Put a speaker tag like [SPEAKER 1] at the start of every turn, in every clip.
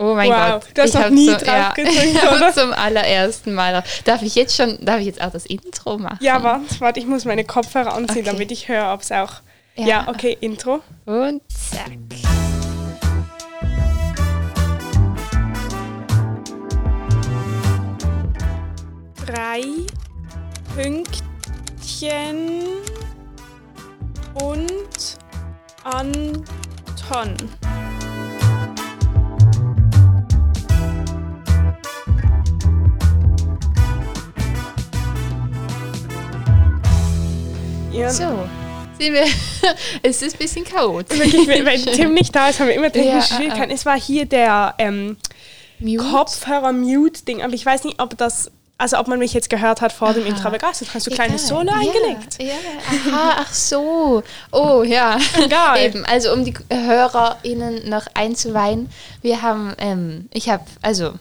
[SPEAKER 1] Oh mein
[SPEAKER 2] Wow,
[SPEAKER 1] Gott.
[SPEAKER 2] du hast
[SPEAKER 1] ich
[SPEAKER 2] noch
[SPEAKER 1] hab
[SPEAKER 2] nie
[SPEAKER 1] so,
[SPEAKER 2] drauf
[SPEAKER 1] ja,
[SPEAKER 2] gedrückt,
[SPEAKER 1] ich hab
[SPEAKER 2] oder?
[SPEAKER 1] zum allerersten Mal. drauf- Darf ich jetzt schon, darf ich jetzt auch das Intro machen?
[SPEAKER 2] Ja, warte, warte, ich muss meine Kopfhörer anziehen,
[SPEAKER 1] Okay.
[SPEAKER 2] damit ich höre, ob es auch.
[SPEAKER 1] Ja.
[SPEAKER 2] Ja. okay, Intro.
[SPEAKER 1] Und zack.
[SPEAKER 2] Drei Pünktchen und Anton. Ja,
[SPEAKER 1] So. Sehen wir, es ist ein bisschen chaotisch.
[SPEAKER 2] Wirklich, wenn wenn Tim nicht da ist, haben wir immer technische
[SPEAKER 1] Ja, ah, ah.
[SPEAKER 2] Schwierigkeiten. Es war hier der ähm,
[SPEAKER 1] Mute.
[SPEAKER 2] Kopfhörer-Mute-Ding, aber ich weiß nicht, ob das, also ob man mich jetzt gehört hat vor dem
[SPEAKER 1] Aha.
[SPEAKER 2] Intro. Aber krass, jetzt hast du
[SPEAKER 1] Egal.
[SPEAKER 2] kleine Solo
[SPEAKER 1] ja,
[SPEAKER 2] eingelegt.
[SPEAKER 1] Ja, aha, ach so. Oh ja.
[SPEAKER 2] Egal.
[SPEAKER 1] Eben, also um die HörerInnen noch einzuweihen, wir haben, ähm, ich habe, also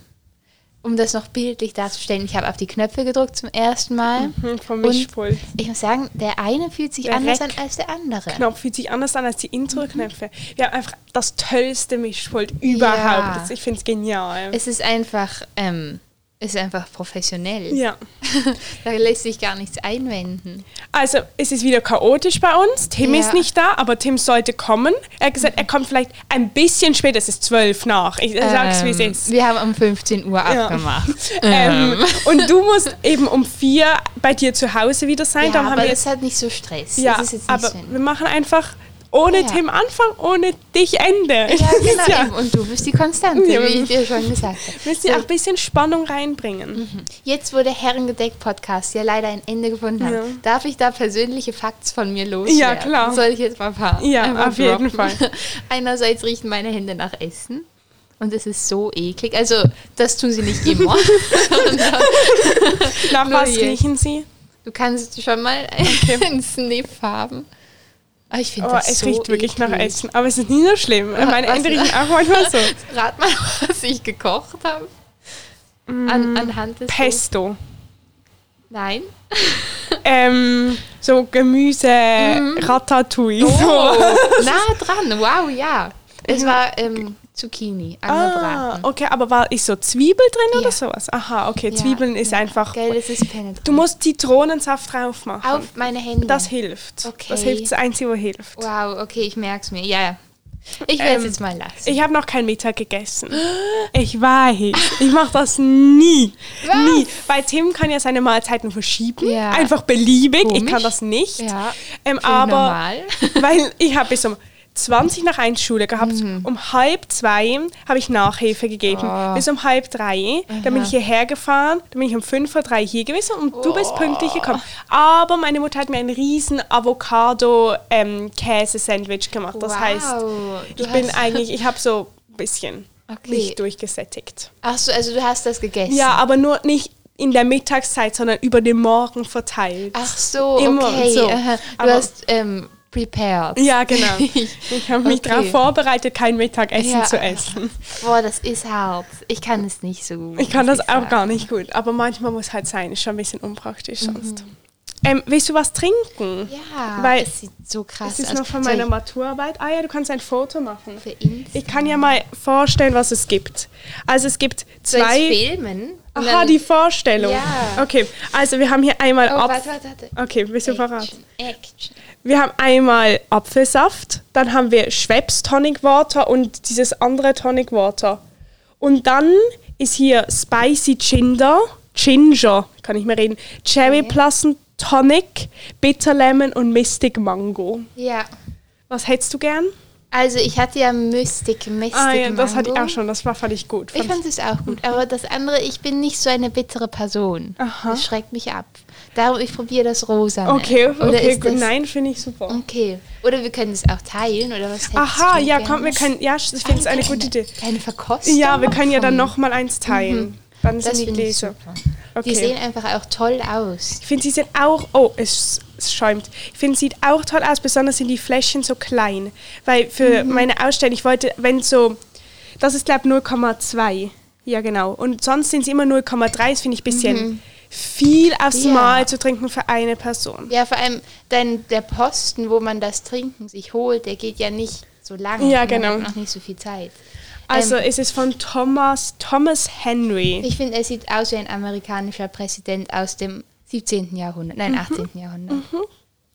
[SPEAKER 1] um das noch bildlich darzustellen, ich habe auf die Knöpfe gedrückt zum ersten Mal.
[SPEAKER 2] Hm, Vom
[SPEAKER 1] Und-
[SPEAKER 2] Mischpult.
[SPEAKER 1] Ich muss sagen, der eine fühlt sich
[SPEAKER 2] Der
[SPEAKER 1] anders
[SPEAKER 2] Reck-
[SPEAKER 1] an als der andere.
[SPEAKER 2] Knopf Genau, fühlt sich anders an als die Intro-Knöpfe. Wir haben einfach das tollste Mischpult überhaupt.
[SPEAKER 1] Ja.
[SPEAKER 2] Das- Ich finde es genial.
[SPEAKER 1] Es ist einfach, ähm, ist einfach professionell.
[SPEAKER 2] ja.
[SPEAKER 1] da lässt sich gar nichts einwenden.
[SPEAKER 2] Also, es ist wieder chaotisch bei uns. Tim
[SPEAKER 1] Ja.
[SPEAKER 2] ist nicht da, aber Tim sollte kommen. Er hat gesagt, er kommt vielleicht ein bisschen später. Es ist zwölf nach. Ich sag's, wie es
[SPEAKER 1] Ähm,
[SPEAKER 2] ist.
[SPEAKER 1] Wir haben um 15 Uhr
[SPEAKER 2] Ja.
[SPEAKER 1] abgemacht.
[SPEAKER 2] Ähm, und du musst eben um vier bei dir zu Hause wieder sein.
[SPEAKER 1] Ja,
[SPEAKER 2] Darum haben
[SPEAKER 1] aber
[SPEAKER 2] wir
[SPEAKER 1] das
[SPEAKER 2] jetzt,
[SPEAKER 1] ist halt nicht so Stress.
[SPEAKER 2] ja,
[SPEAKER 1] das ist jetzt nicht
[SPEAKER 2] aber
[SPEAKER 1] so
[SPEAKER 2] wir machen einfach ohne
[SPEAKER 1] Ja.
[SPEAKER 2] Tim Anfang, ohne dich Ende.
[SPEAKER 1] Ja,
[SPEAKER 2] Das ist
[SPEAKER 1] genau.
[SPEAKER 2] ja-
[SPEAKER 1] eben. Und du bist die Konstante,
[SPEAKER 2] Ja,
[SPEAKER 1] wie
[SPEAKER 2] aber-
[SPEAKER 1] ich dir schon gesagt habe.
[SPEAKER 2] müssen ja auch ein bisschen Spannung reinbringen.
[SPEAKER 1] Mhm. Jetzt, wo der Herrengedeck-Podcast ja leider ein Ende gefunden hat,
[SPEAKER 2] Ja.
[SPEAKER 1] darf ich da persönliche Facts von mir loswerden?
[SPEAKER 2] Ja, klar.
[SPEAKER 1] Soll ich jetzt mal ein paar?
[SPEAKER 2] Ja,
[SPEAKER 1] einfach
[SPEAKER 2] auf jeden
[SPEAKER 1] droppen?
[SPEAKER 2] Fall.
[SPEAKER 1] Einerseits riechen meine Hände nach Essen. Und es ist so eklig. Also, das tun sie nicht immer.
[SPEAKER 2] Nach
[SPEAKER 1] Nur
[SPEAKER 2] was
[SPEAKER 1] je.
[SPEAKER 2] riechen sie?
[SPEAKER 1] Du kannst schon mal einen Sniff haben. Aber ich finde
[SPEAKER 2] Oh,
[SPEAKER 1] das
[SPEAKER 2] es
[SPEAKER 1] so
[SPEAKER 2] riecht wirklich
[SPEAKER 1] eklig.
[SPEAKER 2] nach Essen. Aber es ist nie so schlimm. Meine
[SPEAKER 1] was-
[SPEAKER 2] Hände riechen auch manchmal so.
[SPEAKER 1] Rat mal, was ich gekocht habe.
[SPEAKER 2] Mm,
[SPEAKER 1] An, anhand des.
[SPEAKER 2] Pesto.
[SPEAKER 1] Nein.
[SPEAKER 2] Ähm, so Gemüse, Ratatouille. So.
[SPEAKER 1] Mhm. Oh, nah dran, wow, ja. Es war ähm, Zucchini
[SPEAKER 2] Ah,
[SPEAKER 1] angebraten.
[SPEAKER 2] okay, aber war ist so Zwiebel drin
[SPEAKER 1] Ja.
[SPEAKER 2] oder sowas? Aha, okay,
[SPEAKER 1] Ja,
[SPEAKER 2] Zwiebeln ist
[SPEAKER 1] ja.
[SPEAKER 2] einfach.
[SPEAKER 1] Gell, das ist penetrant.
[SPEAKER 2] Du musst Zitronensaft drauf machen.
[SPEAKER 1] Auf meine Hände.
[SPEAKER 2] Das hilft.
[SPEAKER 1] Okay.
[SPEAKER 2] Das hilft das Einzige, was hilft.
[SPEAKER 1] wow, okay, ich merk's mir. Ja, ja. Ich werde es
[SPEAKER 2] Ähm,
[SPEAKER 1] jetzt mal lassen.
[SPEAKER 2] Ich habe noch kein Mittag gegessen. Ich weiß. Ich mache das nie. Nie. Weil Tim kann ja seine Mahlzeiten verschieben.
[SPEAKER 1] Ja.
[SPEAKER 2] Einfach beliebig. Ich
[SPEAKER 1] Komisch.
[SPEAKER 2] kann das nicht.
[SPEAKER 1] Ja,
[SPEAKER 2] Ähm,
[SPEAKER 1] Finde ich
[SPEAKER 2] aber
[SPEAKER 1] normal.
[SPEAKER 2] weil ich habe bis um 20 nach 1 Schule gehabt. Um halb zwei habe ich Nachhilfe gegeben.
[SPEAKER 1] Mhm. Ah.
[SPEAKER 2] Bis um halb drei. Dann bin ich hierher gefahren. Dann bin ich um 5 vor drei hier gewesen und du
[SPEAKER 1] Oh.
[SPEAKER 2] bist pünktlich gekommen. Aber meine Mutter hat mir ein riesen Avocado-Käse-Sandwich gemacht. Das
[SPEAKER 1] Wow,
[SPEAKER 2] heißt,
[SPEAKER 1] du
[SPEAKER 2] ich bin
[SPEAKER 1] hast-
[SPEAKER 2] eigentlich, ich habe so ein bisschen
[SPEAKER 1] Okay.
[SPEAKER 2] nicht durchgesättigt.
[SPEAKER 1] Ach so, also du hast das gegessen.
[SPEAKER 2] Ja, aber nur nicht in der Mittagszeit, sondern über den Morgen verteilt.
[SPEAKER 1] Ach so,
[SPEAKER 2] Immer
[SPEAKER 1] okay.
[SPEAKER 2] so.
[SPEAKER 1] aha. Du
[SPEAKER 2] Aber-
[SPEAKER 1] hast ähm, prepared.
[SPEAKER 2] Ja, genau. Ich habe mich
[SPEAKER 1] Okay.
[SPEAKER 2] darauf vorbereitet, kein Mittagessen
[SPEAKER 1] Ja.
[SPEAKER 2] zu essen.
[SPEAKER 1] Boah, das ist hart. Ich kann es nicht so gut.
[SPEAKER 2] Ich kann
[SPEAKER 1] muss
[SPEAKER 2] das auch
[SPEAKER 1] sagen.
[SPEAKER 2] gar nicht gut, aber manchmal muss halt sein. Ist schon ein bisschen unpraktisch sonst. Ähm, willst du was trinken?
[SPEAKER 1] Ja,
[SPEAKER 2] Weil
[SPEAKER 1] es sieht so krass
[SPEAKER 2] es ist
[SPEAKER 1] aus.
[SPEAKER 2] noch von
[SPEAKER 1] Soll
[SPEAKER 2] meiner
[SPEAKER 1] ich-
[SPEAKER 2] Maturarbeit. Ah ja, du kannst ein Foto machen.
[SPEAKER 1] für Insta-
[SPEAKER 2] Ich kann ja mal vorstellen, was es gibt. Also es gibt
[SPEAKER 1] Soll ich's
[SPEAKER 2] zwei...
[SPEAKER 1] filmen? Und
[SPEAKER 2] Aha,
[SPEAKER 1] dann-
[SPEAKER 2] die Vorstellung.
[SPEAKER 1] Ja.
[SPEAKER 2] Okay, also wir haben hier einmal...
[SPEAKER 1] Oh,
[SPEAKER 2] Apf-
[SPEAKER 1] warte, warte, warte.
[SPEAKER 2] Okay, willst du verraten?
[SPEAKER 1] Action, Action.
[SPEAKER 2] Wir haben einmal Apfelsaft, dann haben wir Schweppes Tonic Water und dieses andere Tonic Water. Und dann ist hier Spicy Ginger, Ginger, kann ich mehr reden, Cherry
[SPEAKER 1] Okay.
[SPEAKER 2] Plassen Tonic, Bitter Lemon und Mystic Mango.
[SPEAKER 1] Ja.
[SPEAKER 2] Was hättest du gern?
[SPEAKER 1] Also ich hatte ja Mystic, Mystic
[SPEAKER 2] ah ja,
[SPEAKER 1] Mango.
[SPEAKER 2] das hatte ich auch schon, das war fand ich gut.
[SPEAKER 1] Ich fand es auch gut, aber das andere, ich bin nicht so eine bittere Person.
[SPEAKER 2] Aha.
[SPEAKER 1] Das schreckt mich ab. Darum, ich probiere das rosa.
[SPEAKER 2] okay,
[SPEAKER 1] Oder
[SPEAKER 2] okay,
[SPEAKER 1] ist
[SPEAKER 2] gut.
[SPEAKER 1] das-
[SPEAKER 2] nein, finde ich super.
[SPEAKER 1] Okay. Oder wir können es auch teilen, oder was hättest
[SPEAKER 2] Aha,
[SPEAKER 1] du
[SPEAKER 2] ja,
[SPEAKER 1] gerne? Ah,
[SPEAKER 2] komm, wir können, ja, ich finde es eine gute Idee.
[SPEAKER 1] Kleine Verkostung.
[SPEAKER 2] Ja, wir können ja dann
[SPEAKER 1] vom- Mhm.
[SPEAKER 2] nochmal eins teilen. Dann
[SPEAKER 1] Das
[SPEAKER 2] sind die
[SPEAKER 1] finde ich
[SPEAKER 2] Gläser.
[SPEAKER 1] super.
[SPEAKER 2] Okay.
[SPEAKER 1] Die sehen einfach auch toll aus.
[SPEAKER 2] Ich finde, sie sehen auch. Oh, es, es schäumt. Ich finde, sieht auch toll aus, besonders sind die Fläschchen so klein. Weil für
[SPEAKER 1] Mhm.
[SPEAKER 2] meine Ausstellung, ich wollte, wenn so. Das ist, glaube ich, 0,2. Ja, genau. Und sonst sind es immer 0,3. Das finde ich ein bisschen viel aufs
[SPEAKER 1] Mhm. Ja.
[SPEAKER 2] Mal zu trinken für eine Person.
[SPEAKER 1] Ja, vor allem dein, der Posten, wo man das Trinken sich holt, der geht ja nicht so lange.
[SPEAKER 2] Ja,
[SPEAKER 1] Man
[SPEAKER 2] genau.
[SPEAKER 1] hat noch nicht so viel Zeit.
[SPEAKER 2] Also es ist von Thomas, Thomas Henry.
[SPEAKER 1] Ich finde, er sieht aus wie ein amerikanischer Präsident aus dem 17. Jahrhundert,
[SPEAKER 2] Mhm.
[SPEAKER 1] nein, 18. Jahrhundert.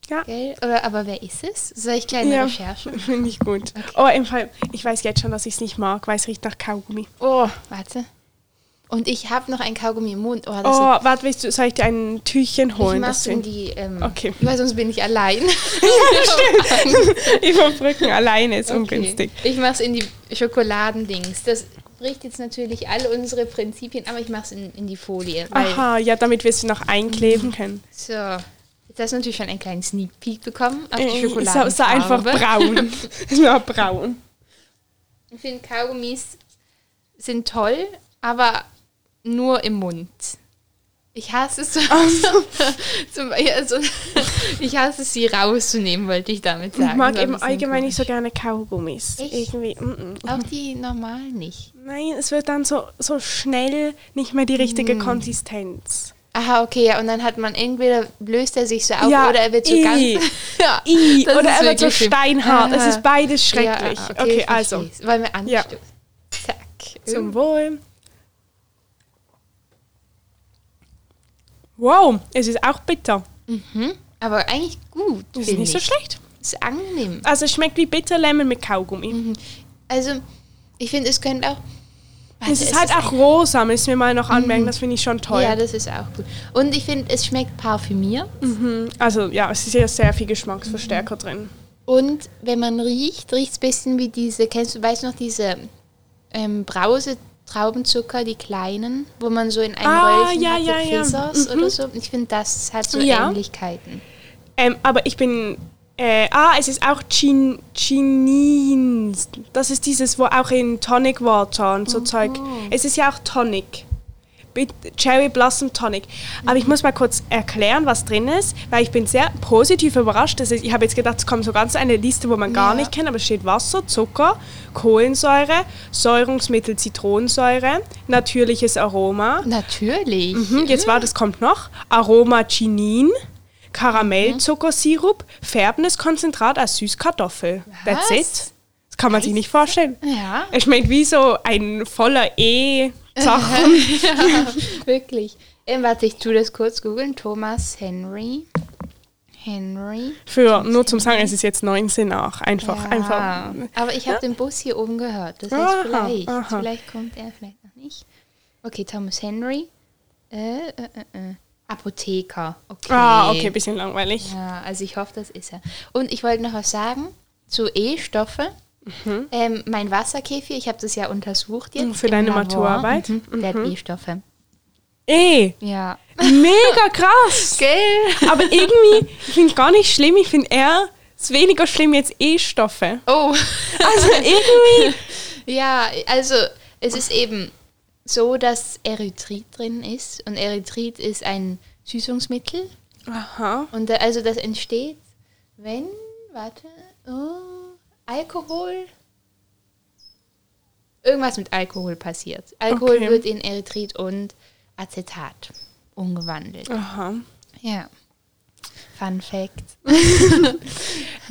[SPEAKER 2] Ja,
[SPEAKER 1] Gell? Oder, aber wer ist es? Soll ich kleine
[SPEAKER 2] Ja.
[SPEAKER 1] Recherche?
[SPEAKER 2] finde ich gut. Oh, im Fall, ich weiß jetzt schon, dass ich es nicht mag, weil es riecht nach Kaugummi.
[SPEAKER 1] Oh, warte. Und ich habe noch ein Kaugummi im Mund. Oh, das
[SPEAKER 2] Oh,
[SPEAKER 1] ist
[SPEAKER 2] warte, willst du, soll ich dir ein Tüchchen
[SPEAKER 1] Ich
[SPEAKER 2] holen?
[SPEAKER 1] mach's
[SPEAKER 2] dass
[SPEAKER 1] in
[SPEAKER 2] du-
[SPEAKER 1] die, ähm,
[SPEAKER 2] Okay.
[SPEAKER 1] weil sonst bin ich allein.
[SPEAKER 2] Überbrücken alleine ist
[SPEAKER 1] Okay.
[SPEAKER 2] ungünstig.
[SPEAKER 1] Ich mach's in die Schokoladendings. Das bricht jetzt natürlich alle unsere Prinzipien, aber ich mach's in, in die Folie. Weil,
[SPEAKER 2] Aha, ja, damit wir es noch einkleben können.
[SPEAKER 1] So, jetzt hast du natürlich schon einen kleinen Sneak Peek bekommen auf die
[SPEAKER 2] Äh, Es sah-
[SPEAKER 1] Schokoladenfarbe.
[SPEAKER 2] es sah einfach braun. Es war braun.
[SPEAKER 1] Ich finde, Kaugummis sind toll, aber nur im Mund. Ich hasse es, zum, ja, also, ich hasse es, sie rauszunehmen, wollte ich damit sagen.
[SPEAKER 2] Ich mag
[SPEAKER 1] So ein
[SPEAKER 2] im
[SPEAKER 1] bisschen
[SPEAKER 2] Allgemeinen nicht so
[SPEAKER 1] komisch.
[SPEAKER 2] gerne Kaugummis.
[SPEAKER 1] Echt?
[SPEAKER 2] Irgendwie. mm, mm.
[SPEAKER 1] Auch die normal nicht.
[SPEAKER 2] Nein, es wird dann so, so schnell nicht mehr die
[SPEAKER 1] Mm.
[SPEAKER 2] richtige Konsistenz.
[SPEAKER 1] Aha, okay, ja, und dann hat man entweder löst er sich so auf
[SPEAKER 2] Ja,
[SPEAKER 1] oder er wird so
[SPEAKER 2] i.
[SPEAKER 1] ganz. ja,
[SPEAKER 2] I,
[SPEAKER 1] das
[SPEAKER 2] oder
[SPEAKER 1] ist
[SPEAKER 2] er wird so
[SPEAKER 1] wirklich schlimm.
[SPEAKER 2] steinhart. Es
[SPEAKER 1] Aha.
[SPEAKER 2] ist beides schrecklich.
[SPEAKER 1] Ja, ah,
[SPEAKER 2] okay,
[SPEAKER 1] ich
[SPEAKER 2] also.
[SPEAKER 1] versteh's. Wollen wir
[SPEAKER 2] Ja.
[SPEAKER 1] anstoßen? Zack.
[SPEAKER 2] Zum Wohl. Wow, es ist auch bitter.
[SPEAKER 1] Aber eigentlich gut.
[SPEAKER 2] Es ist
[SPEAKER 1] find
[SPEAKER 2] nicht so
[SPEAKER 1] ich.
[SPEAKER 2] schlecht.
[SPEAKER 1] Ist angenehm.
[SPEAKER 2] Also es schmeckt wie Bitterlemon mit Kaugummi.
[SPEAKER 1] Also, ich finde, es könnte auch. Warte,
[SPEAKER 2] es ist halt auch rosa, müssen wir mal noch anmerken. Das finde ich schon toll.
[SPEAKER 1] Ja, das ist auch gut. Und ich finde, es schmeckt parfümiert.
[SPEAKER 2] also ja, es ist ja sehr viel Geschmacksverstärker drin.
[SPEAKER 1] Und wenn man riecht, riecht es ein bisschen wie diese, kennst du, weißt du noch, diese ähm, Brause. Traubenzucker, die kleinen, wo man so in einem
[SPEAKER 2] Ah,
[SPEAKER 1] Röllchen
[SPEAKER 2] ja,
[SPEAKER 1] hat,
[SPEAKER 2] ja,
[SPEAKER 1] so
[SPEAKER 2] ja. Mhm.
[SPEAKER 1] Fissers oder so. Ich finde, das hat so
[SPEAKER 2] Ja.
[SPEAKER 1] Ähnlichkeiten.
[SPEAKER 2] Ähm, aber ich bin... Äh, ah, es ist auch Chin, Chinins. Das ist dieses, wo auch in Tonic Water und so Zeug... Es ist ja auch Tonic. Bit- Cherry Blossom Tonic. Aber ich muss mal kurz erklären, was drin ist, weil ich bin sehr positiv überrascht. Das ist, ich habe jetzt gedacht, es kommt so ganz eine Liste, wo man gar
[SPEAKER 1] Ja.
[SPEAKER 2] nicht kennt, aber es steht Wasser, Zucker, Kohlensäure, Säurungsmittel, Zitronensäure, natürliches Aroma.
[SPEAKER 1] Natürlich.
[SPEAKER 2] Hm, jetzt war, das kommt noch. Aroma Chinin, Karamellzuckersirup, färbendes Konzentrat aus Süßkartoffel. That's
[SPEAKER 1] Was?
[SPEAKER 2] it. Das kann man sich nicht vorstellen.
[SPEAKER 1] Ja.
[SPEAKER 2] Es schmeckt wie so ein voller E-Sachen.
[SPEAKER 1] Wirklich. Ähm, warte, ich tue das kurz googeln. Thomas Henry. Henry.
[SPEAKER 2] Für nur zum Sagen, es ist jetzt 19 nach. Einfach,
[SPEAKER 1] Ja.
[SPEAKER 2] einfach.
[SPEAKER 1] Aber ich habe den Bus hier oben gehört. Das heißt,
[SPEAKER 2] Aha,
[SPEAKER 1] vielleicht.
[SPEAKER 2] aha.
[SPEAKER 1] Vielleicht kommt er, vielleicht noch nicht. Okay, Thomas Henry. Äh, äh, äh, äh. Apotheker. Okay.
[SPEAKER 2] Ah, okay, bisschen langweilig.
[SPEAKER 1] Ja, also ich hoffe, das ist er. Und ich wollte noch was sagen zu E-Stoffe. Ähm, mein Wasserkäfer, ich habe das ja untersucht jetzt.
[SPEAKER 2] Mhm. Für
[SPEAKER 1] im
[SPEAKER 2] deine
[SPEAKER 1] Labor.
[SPEAKER 2] Maturarbeit?
[SPEAKER 1] Mhm, Der hat E-Stoffe.
[SPEAKER 2] Eh,
[SPEAKER 1] Ja.
[SPEAKER 2] mega krass.
[SPEAKER 1] Gell?
[SPEAKER 2] Aber irgendwie, ich finde gar nicht schlimm. Ich finde eher, es ist weniger schlimm jetzt E-Stoffe.
[SPEAKER 1] Oh.
[SPEAKER 2] Also irgendwie.
[SPEAKER 1] Ja, also es ist eben so, dass Erythrit drin ist und Erythrit ist ein Süßungsmittel
[SPEAKER 2] Aha.
[SPEAKER 1] und da, also das entsteht, wenn, warte, oh, Alkohol, irgendwas mit Alkohol passiert. Alkohol
[SPEAKER 2] Okay.
[SPEAKER 1] wird in Erythrit und Acetat umgewandelt.
[SPEAKER 2] Aha.
[SPEAKER 1] Ja. Fun Fact.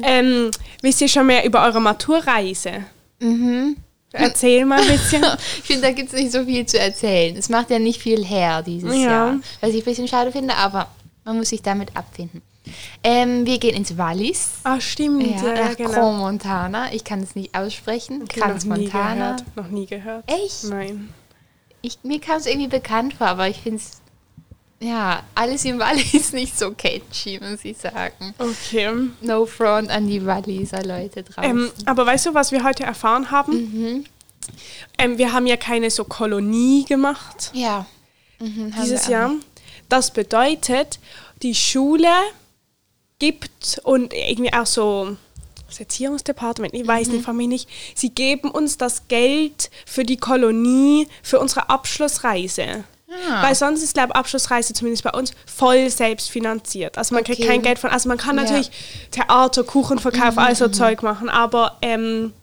[SPEAKER 2] Ähm, wisst ihr schon mehr über eure Maturreise?
[SPEAKER 1] Mhm.
[SPEAKER 2] Erzähl mal ein bisschen.
[SPEAKER 1] Ich finde, da gibt es nicht so viel zu erzählen. Es macht ja nicht viel her dieses
[SPEAKER 2] Ja.
[SPEAKER 1] Jahr. Was ich ein bisschen schade finde, aber man muss sich damit abfinden. Ähm, wir gehen ins Wallis.
[SPEAKER 2] Ah, stimmt.
[SPEAKER 1] Ja,
[SPEAKER 2] Ja,
[SPEAKER 1] nach
[SPEAKER 2] genau.
[SPEAKER 1] Grand Montana. Ich kann es nicht aussprechen.
[SPEAKER 2] Ich hab
[SPEAKER 1] Grand
[SPEAKER 2] noch nie
[SPEAKER 1] Montana.
[SPEAKER 2] gehört. Noch nie gehört.
[SPEAKER 1] Echt?
[SPEAKER 2] Nein.
[SPEAKER 1] Ich, mir kam es irgendwie bekannt vor, aber ich finde es. Ja, alles im Wallis nicht so catchy, muss ich sagen.
[SPEAKER 2] Okay.
[SPEAKER 1] No front an die Walliser Leute drauf.
[SPEAKER 2] Ähm, aber weißt du, was wir heute erfahren haben?
[SPEAKER 1] Mhm.
[SPEAKER 2] Ähm, wir haben ja keine so Kolonie gemacht
[SPEAKER 1] ja. Mhm, haben
[SPEAKER 2] dieses
[SPEAKER 1] wir auch
[SPEAKER 2] Jahr. Das bedeutet, die Schule gibt und irgendwie auch so das Erziehungsdepartement, ich weiß nicht, frag mich nicht, sie geben uns das Geld für die Kolonie, für unsere Abschlussreise.
[SPEAKER 1] Ah.
[SPEAKER 2] Weil sonst ist, glaube Abschlussreise zumindest bei uns voll selbst finanziert. Also man kriegt
[SPEAKER 1] Okay.
[SPEAKER 2] kein Geld von, also man kann
[SPEAKER 1] Ja.
[SPEAKER 2] natürlich Theater, Kuchenverkauf, all so Zeug machen, aber ähm,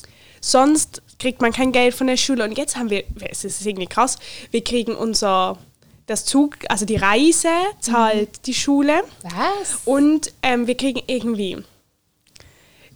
[SPEAKER 2] sonst kriegt man kein Geld von der Schule. Und jetzt haben wir, es ist irgendwie krass, wir kriegen unser, das Zug, also die Reise zahlt die Schule
[SPEAKER 1] Was?
[SPEAKER 2] und ähm, wir kriegen irgendwie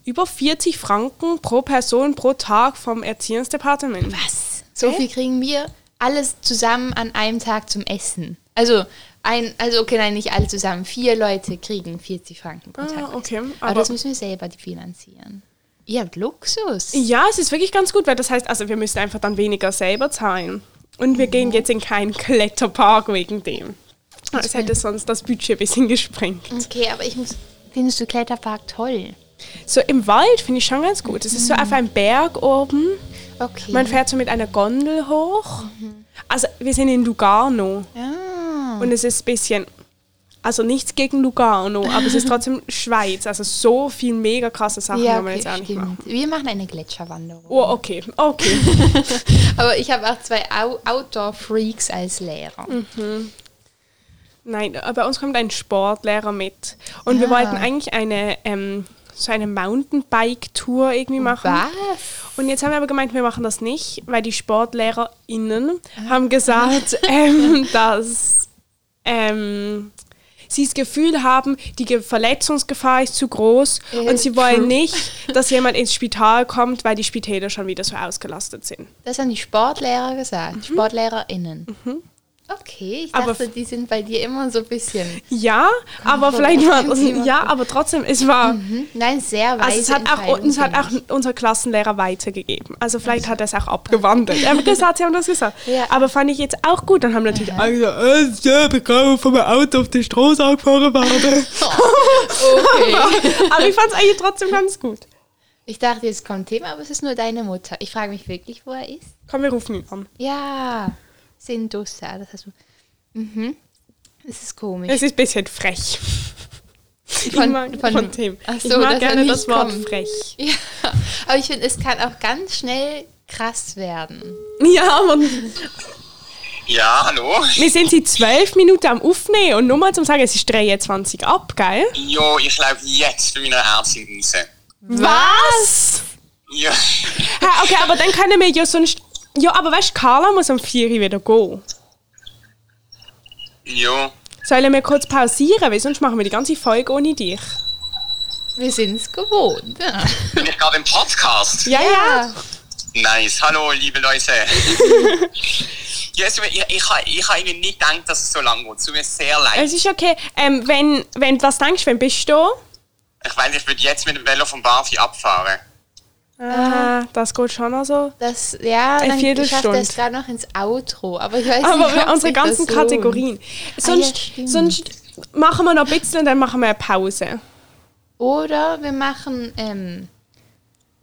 [SPEAKER 2] über 40 Franken pro Person pro Tag vom Erziehungsdepartement.
[SPEAKER 1] Was? So viel kriegen wir alles zusammen an einem Tag zum Essen. Also ein, also okay, nein, nicht alle zusammen. Vier Leute kriegen 40 Franken pro
[SPEAKER 2] Ah,
[SPEAKER 1] Tag.
[SPEAKER 2] okay,
[SPEAKER 1] Aber,
[SPEAKER 2] aber-
[SPEAKER 1] das müssen wir selber finanzieren. Ihr habt Luxus.
[SPEAKER 2] Ja, es ist wirklich ganz gut, weil das heißt, also wir müssen einfach dann weniger selber zahlen. Und wir gehen jetzt in keinen Kletterpark wegen dem. Als hätte sonst das Budget ein bisschen gesprengt.
[SPEAKER 1] Okay, aber ich muss. Findest du Kletterpark toll?
[SPEAKER 2] So im Wald finde ich schon ganz gut. Es ist so auf einem Berg oben.
[SPEAKER 1] Okay.
[SPEAKER 2] Man fährt so mit einer Gondel hoch. Also wir sind in Lugano
[SPEAKER 1] Mhm. ah,
[SPEAKER 2] und es ist ein bisschen, also nichts gegen Lugano, aber es ist trotzdem Schweiz. Also so viel mega krasse Sachen
[SPEAKER 1] ja,
[SPEAKER 2] kann man
[SPEAKER 1] okay,
[SPEAKER 2] jetzt auch nicht machen.
[SPEAKER 1] stimmt. Wir machen eine Gletscherwanderung.
[SPEAKER 2] Oh, okay, okay.
[SPEAKER 1] Aber ich habe auch zwei Au Outdoor-Freaks als Lehrer.
[SPEAKER 2] Mhm. Nein, äh, bei uns kommt ein Sportlehrer mit. Und wir
[SPEAKER 1] Ah.
[SPEAKER 2] wollten eigentlich eine, ähm, so eine Mountainbike-Tour irgendwie machen.
[SPEAKER 1] Was?
[SPEAKER 2] Und jetzt haben wir aber gemeint, wir machen das nicht, weil die SportlehrerInnen
[SPEAKER 1] Ah.
[SPEAKER 2] haben gesagt, ähm, dass ähm, sie das Gefühl haben, die Ge- Verletzungsgefahr ist zu groß
[SPEAKER 1] Äh,
[SPEAKER 2] und sie wollen
[SPEAKER 1] true.
[SPEAKER 2] nicht, dass jemand ins Spital kommt, weil die Spitäler schon wieder so ausgelastet sind.
[SPEAKER 1] Das haben die Sportlehrer gesagt. SportlehrerInnen. Okay, ich
[SPEAKER 2] Mhm. Aber
[SPEAKER 1] dachte, die sind bei dir immer so ein bisschen.
[SPEAKER 2] Ja, aber
[SPEAKER 1] von
[SPEAKER 2] vielleicht war das,
[SPEAKER 1] irgendjemandem.
[SPEAKER 2] ja, aber trotzdem, es war...
[SPEAKER 1] Hm? Nein, sehr weise
[SPEAKER 2] Also es hat auch,
[SPEAKER 1] Entscheidung,
[SPEAKER 2] uns hat
[SPEAKER 1] finde
[SPEAKER 2] auch unser Klassenlehrer weitergegeben. Also vielleicht hat er es auch abgewandelt. Er hat gesagt, sie haben das gesagt.
[SPEAKER 1] Ja.
[SPEAKER 2] Aber fand ich jetzt auch gut. Dann haben natürlich
[SPEAKER 1] Aha.
[SPEAKER 2] alle gesagt, äh, ich habe gerade vom Auto auf die Straße angefahren worden.
[SPEAKER 1] ich. Okay.
[SPEAKER 2] aber ich fand es eigentlich trotzdem ganz gut.
[SPEAKER 1] Ich dachte, jetzt kommt Thema, aber es ist nur deine Mutter. Ich frage mich wirklich, wo er ist.
[SPEAKER 2] Komm, wir rufen ihn an.
[SPEAKER 1] Ja, Sindussa, das hast du. Mhm. Das ist komisch.
[SPEAKER 2] Es ist ein bisschen frech. Ich
[SPEAKER 1] Von-
[SPEAKER 2] mag,
[SPEAKER 1] von-
[SPEAKER 2] von, Tim.
[SPEAKER 1] Ach
[SPEAKER 2] ich
[SPEAKER 1] so, dass er
[SPEAKER 2] mag gerne
[SPEAKER 1] nicht
[SPEAKER 2] das Wort
[SPEAKER 1] kommt.
[SPEAKER 2] frech.
[SPEAKER 1] Ja, aber ich finde, es kann auch ganz schnell krass werden.
[SPEAKER 2] Ja, aber
[SPEAKER 3] Ja, hallo?
[SPEAKER 2] wir sind seit zwölf Minuten am Aufnehmen und nur mal zum Sagen, es ist 23 ab, gell?
[SPEAKER 3] Jo, ich laufe jetzt zu meiner Ärztin raus.
[SPEAKER 2] Was?
[SPEAKER 3] Ja,
[SPEAKER 2] Hä, okay, aber dann können wir ja sonst. Ja, aber weißt du, Carla muss am 4 Uhr wieder gehen.
[SPEAKER 3] jo.
[SPEAKER 2] Sollen wir kurz pausieren, weil sonst machen wir die ganze Folge ohne dich.
[SPEAKER 1] Wir sind es gewohnt. Ja.
[SPEAKER 3] Bin ich gerade im Podcast?
[SPEAKER 2] Ja, ja.
[SPEAKER 3] Nice. Hallo, liebe Leute. ja, es tut mir- ich, ich, ha- ich habe irgendwie nicht gedacht, dass es so lang geht. Es tut mir sehr leid.
[SPEAKER 2] Es ist okay. Ähm, wenn, wenn du was denkst, wenn bist du
[SPEAKER 3] Ich weiß, ich würde jetzt mit dem Velo vom Barfi abfahren.
[SPEAKER 2] da? Ah, das geht schon noch so.
[SPEAKER 1] Das, ja, dann
[SPEAKER 2] Eine
[SPEAKER 1] schafft er
[SPEAKER 2] Viertelstunde.
[SPEAKER 1] es gerade noch ins Outro. Aber ich weiß
[SPEAKER 2] Aber
[SPEAKER 1] nicht, ob
[SPEAKER 2] wir unsere
[SPEAKER 1] sich das
[SPEAKER 2] ganzen
[SPEAKER 1] lohnt.
[SPEAKER 2] Kategorien.
[SPEAKER 1] ja,
[SPEAKER 2] Sonst,
[SPEAKER 1] stimmt.
[SPEAKER 2] sonst machen wir noch ein bisschen und dann machen wir eine Pause.
[SPEAKER 1] Oder wir machen, ähm,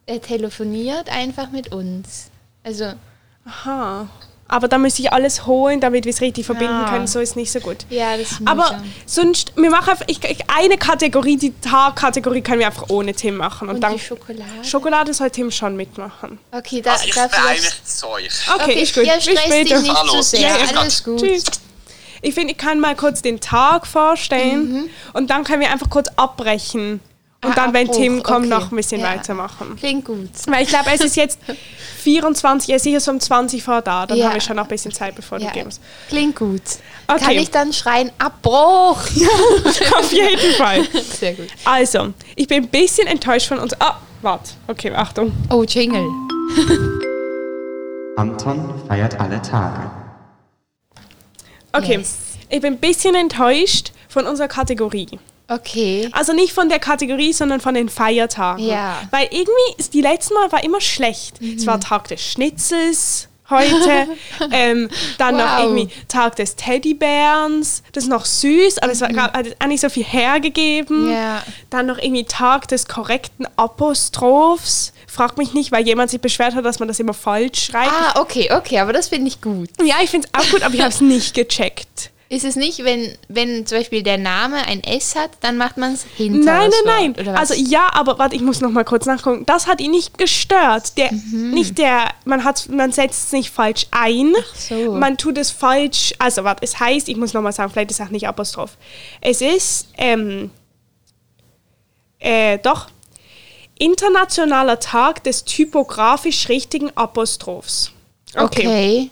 [SPEAKER 1] er telefoniert einfach mit uns. Also,
[SPEAKER 2] Aha. Aber dann muss ich alles holen, damit wir es richtig verbinden
[SPEAKER 1] Ja.
[SPEAKER 2] können. So ist nicht so gut.
[SPEAKER 1] ja, das ist
[SPEAKER 2] Aber
[SPEAKER 1] mühsam.
[SPEAKER 2] sonst, wir machen einfach, ich, ich, eine Kategorie, die Haarkategorie, können wir einfach ohne Tim machen. Und,
[SPEAKER 1] Und
[SPEAKER 2] dann
[SPEAKER 1] die Schokolade.
[SPEAKER 2] Schokolade soll Tim schon mitmachen.
[SPEAKER 1] okay, da,
[SPEAKER 3] also ich
[SPEAKER 1] da
[SPEAKER 3] freue
[SPEAKER 1] vielleicht.
[SPEAKER 3] mich zu euch.
[SPEAKER 2] Okay,
[SPEAKER 1] Okay,
[SPEAKER 2] ist gut.
[SPEAKER 1] ja,
[SPEAKER 2] Bis
[SPEAKER 1] stress dich
[SPEAKER 2] später.
[SPEAKER 1] nicht
[SPEAKER 3] Hallo.
[SPEAKER 1] zu sehr.
[SPEAKER 3] Ja, ja.
[SPEAKER 1] Alles gut.
[SPEAKER 2] Tschüss. Ich finde, ich kann mal kurz den Tag vorstellen und dann können wir einfach kurz abbrechen. Und
[SPEAKER 1] Mhm. Ah,
[SPEAKER 2] dann, wenn
[SPEAKER 1] Abbruch,
[SPEAKER 2] Tim kommt,
[SPEAKER 1] okay.
[SPEAKER 2] noch ein bisschen
[SPEAKER 1] Ja.
[SPEAKER 2] weitermachen.
[SPEAKER 1] Klingt gut.
[SPEAKER 2] Weil ich glaube, es ist jetzt 24, er ist sicher so um 20 vor da. Dann
[SPEAKER 1] Ja.
[SPEAKER 2] haben wir schon noch ein bisschen Zeit, bevor
[SPEAKER 1] Ja,
[SPEAKER 2] du gehst.
[SPEAKER 1] klingt gut.
[SPEAKER 2] Okay.
[SPEAKER 1] Kann ich dann schreien, Abbruch?
[SPEAKER 2] Auf jeden Fall.
[SPEAKER 1] Sehr gut.
[SPEAKER 2] Also, ich bin ein bisschen enttäuscht von uns. Ah, warte. Okay, Achtung.
[SPEAKER 1] Oh, Jingle.
[SPEAKER 4] Anton feiert alle Tage.
[SPEAKER 2] Okay.
[SPEAKER 1] Yes.
[SPEAKER 2] Ich bin ein bisschen enttäuscht von unserer Kategorie.
[SPEAKER 1] Okay.
[SPEAKER 2] Also nicht von der Kategorie, sondern von den Feiertagen.
[SPEAKER 1] Ja. Mhm.
[SPEAKER 2] Weil irgendwie, ist die letzte Mal war immer schlecht. Es war Tag des Schnitzels heute, ähm, dann noch
[SPEAKER 1] Wow.
[SPEAKER 2] irgendwie Tag des Teddybärens. Das ist noch süß, aber es war, gab, hat auch nicht so viel hergegeben.
[SPEAKER 1] Mhm. Ja.
[SPEAKER 2] Dann noch irgendwie Tag des korrekten Apostrophs. Frag mich nicht, weil jemand sich beschwert hat, dass man das immer falsch schreibt.
[SPEAKER 1] Ah, okay, okay, aber das finde ich gut.
[SPEAKER 2] Ja, ich finde es auch gut, aber ich habe es nicht gecheckt.
[SPEAKER 1] Ist es nicht, wenn, wenn zum Beispiel der Name ein S hat, dann macht man es hinter
[SPEAKER 2] Nein,
[SPEAKER 1] das
[SPEAKER 2] nein,
[SPEAKER 1] Wort,
[SPEAKER 2] nein.
[SPEAKER 1] Oder was?
[SPEAKER 2] Also ja, aber warte, ich muss noch mal kurz nachgucken. Das hat ihn nicht gestört. Der,
[SPEAKER 1] Mhm.
[SPEAKER 2] nicht der, man hat, man setzt es nicht falsch ein.
[SPEAKER 1] so.
[SPEAKER 2] Man tut es falsch. Also warte, es heißt, ich muss noch mal sagen, vielleicht ist auch nicht Apostroph. Es ist, ähm, äh, doch internationaler Tag des typografisch richtigen Apostrophs.
[SPEAKER 1] okay.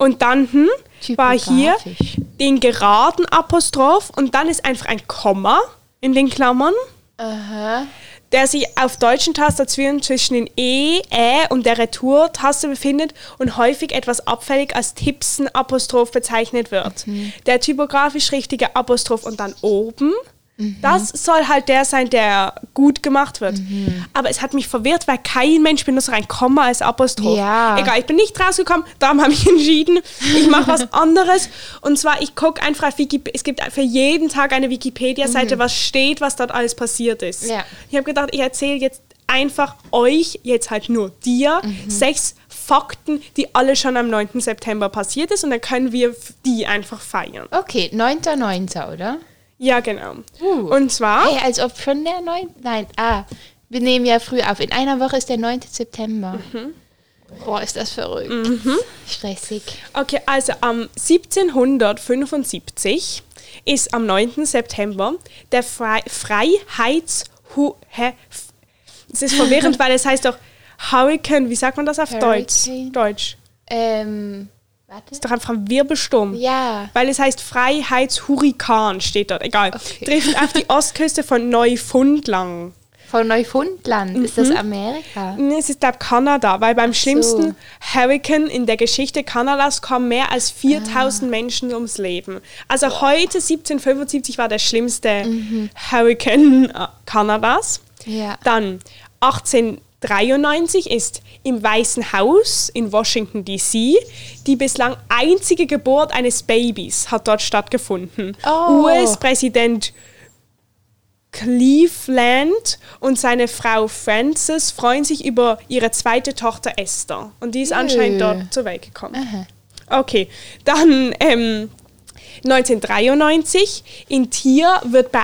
[SPEAKER 2] Und dann hm, war hier
[SPEAKER 1] Typografisch.
[SPEAKER 2] den geraden Apostroph und dann ist einfach ein Komma in den Klammern.
[SPEAKER 1] Aha.
[SPEAKER 2] der sich auf deutschen Tastaturen zwischen den E, Ä und der Retour-Taste befindet und häufig etwas abfällig als Tipsen-Apostroph bezeichnet wird.
[SPEAKER 1] Mhm.
[SPEAKER 2] Der typografisch richtige Apostroph und dann oben,
[SPEAKER 1] Mhm.
[SPEAKER 2] das soll halt der sein, der gut gemacht wird.
[SPEAKER 1] Mhm.
[SPEAKER 2] Aber es hat mich verwirrt, weil kein Mensch benutzt ein Komma als Apostroph.
[SPEAKER 1] Ja.
[SPEAKER 2] Egal, ich bin nicht rausgekommen, darum habe ich entschieden, ich mache was anderes. Und zwar, ich gucke einfach auf Wikipedia. Es gibt für jeden Tag eine Wikipedia-Seite, was steht, was dort alles passiert ist.
[SPEAKER 1] Mhm. Ja.
[SPEAKER 2] Ich habe gedacht, ich erzähle jetzt einfach euch, jetzt halt nur dir,
[SPEAKER 1] Mhm.
[SPEAKER 2] sechs Fakten, die alle schon am 9. September passiert ist und dann können wir f- die einfach feiern.
[SPEAKER 1] Okay, 9.9., oder?
[SPEAKER 2] Ja, genau.
[SPEAKER 1] Uh.
[SPEAKER 2] Und zwar,
[SPEAKER 1] Hey, als ob schon der 9. Nein, ah, wir nehmen ja früh auf. In einer Woche ist der 9. September.
[SPEAKER 2] Mhm.
[SPEAKER 1] Boah, ist das verrückt. Stressig.
[SPEAKER 2] okay, also am 1775 ist am 9. September der Frei Freiheits... Es ist verwirrend, weil es heißt doch Hurricane, wie sagt man das auf
[SPEAKER 1] Hurricane.
[SPEAKER 2] Deutsch? Deutsch.
[SPEAKER 1] Ähm, warte.
[SPEAKER 2] Ist doch einfach ein Wirbelsturm.
[SPEAKER 1] Ja.
[SPEAKER 2] Weil es heißt Freiheitshurikan, steht dort, egal.
[SPEAKER 1] Okay.
[SPEAKER 2] Trifft auf die Ostküste von Neufundland.
[SPEAKER 1] Von Neufundland. Ist
[SPEAKER 2] Mhm.
[SPEAKER 1] das Amerika?
[SPEAKER 2] Nee, Es ist, glaube Kanada, weil beim schlimmsten Hurricane in der Geschichte Kanadas kamen mehr als 4000 Menschen ums Leben. Also heute, 1775, war der schlimmste Hurricane äh, Kanadas.
[SPEAKER 1] Ja.
[SPEAKER 2] Dann 1893 ist im Weißen Haus in Washington, D.C. die bislang einzige Geburt eines Babys hat dort stattgefunden.
[SPEAKER 1] Oh.
[SPEAKER 2] US-Präsident Cleveland und seine Frau Frances freuen sich über ihre zweite Tochter Esther. Und die ist anscheinend dort zur Welt gekommen. Okay, dann ähm, 1993. In Tier wird bei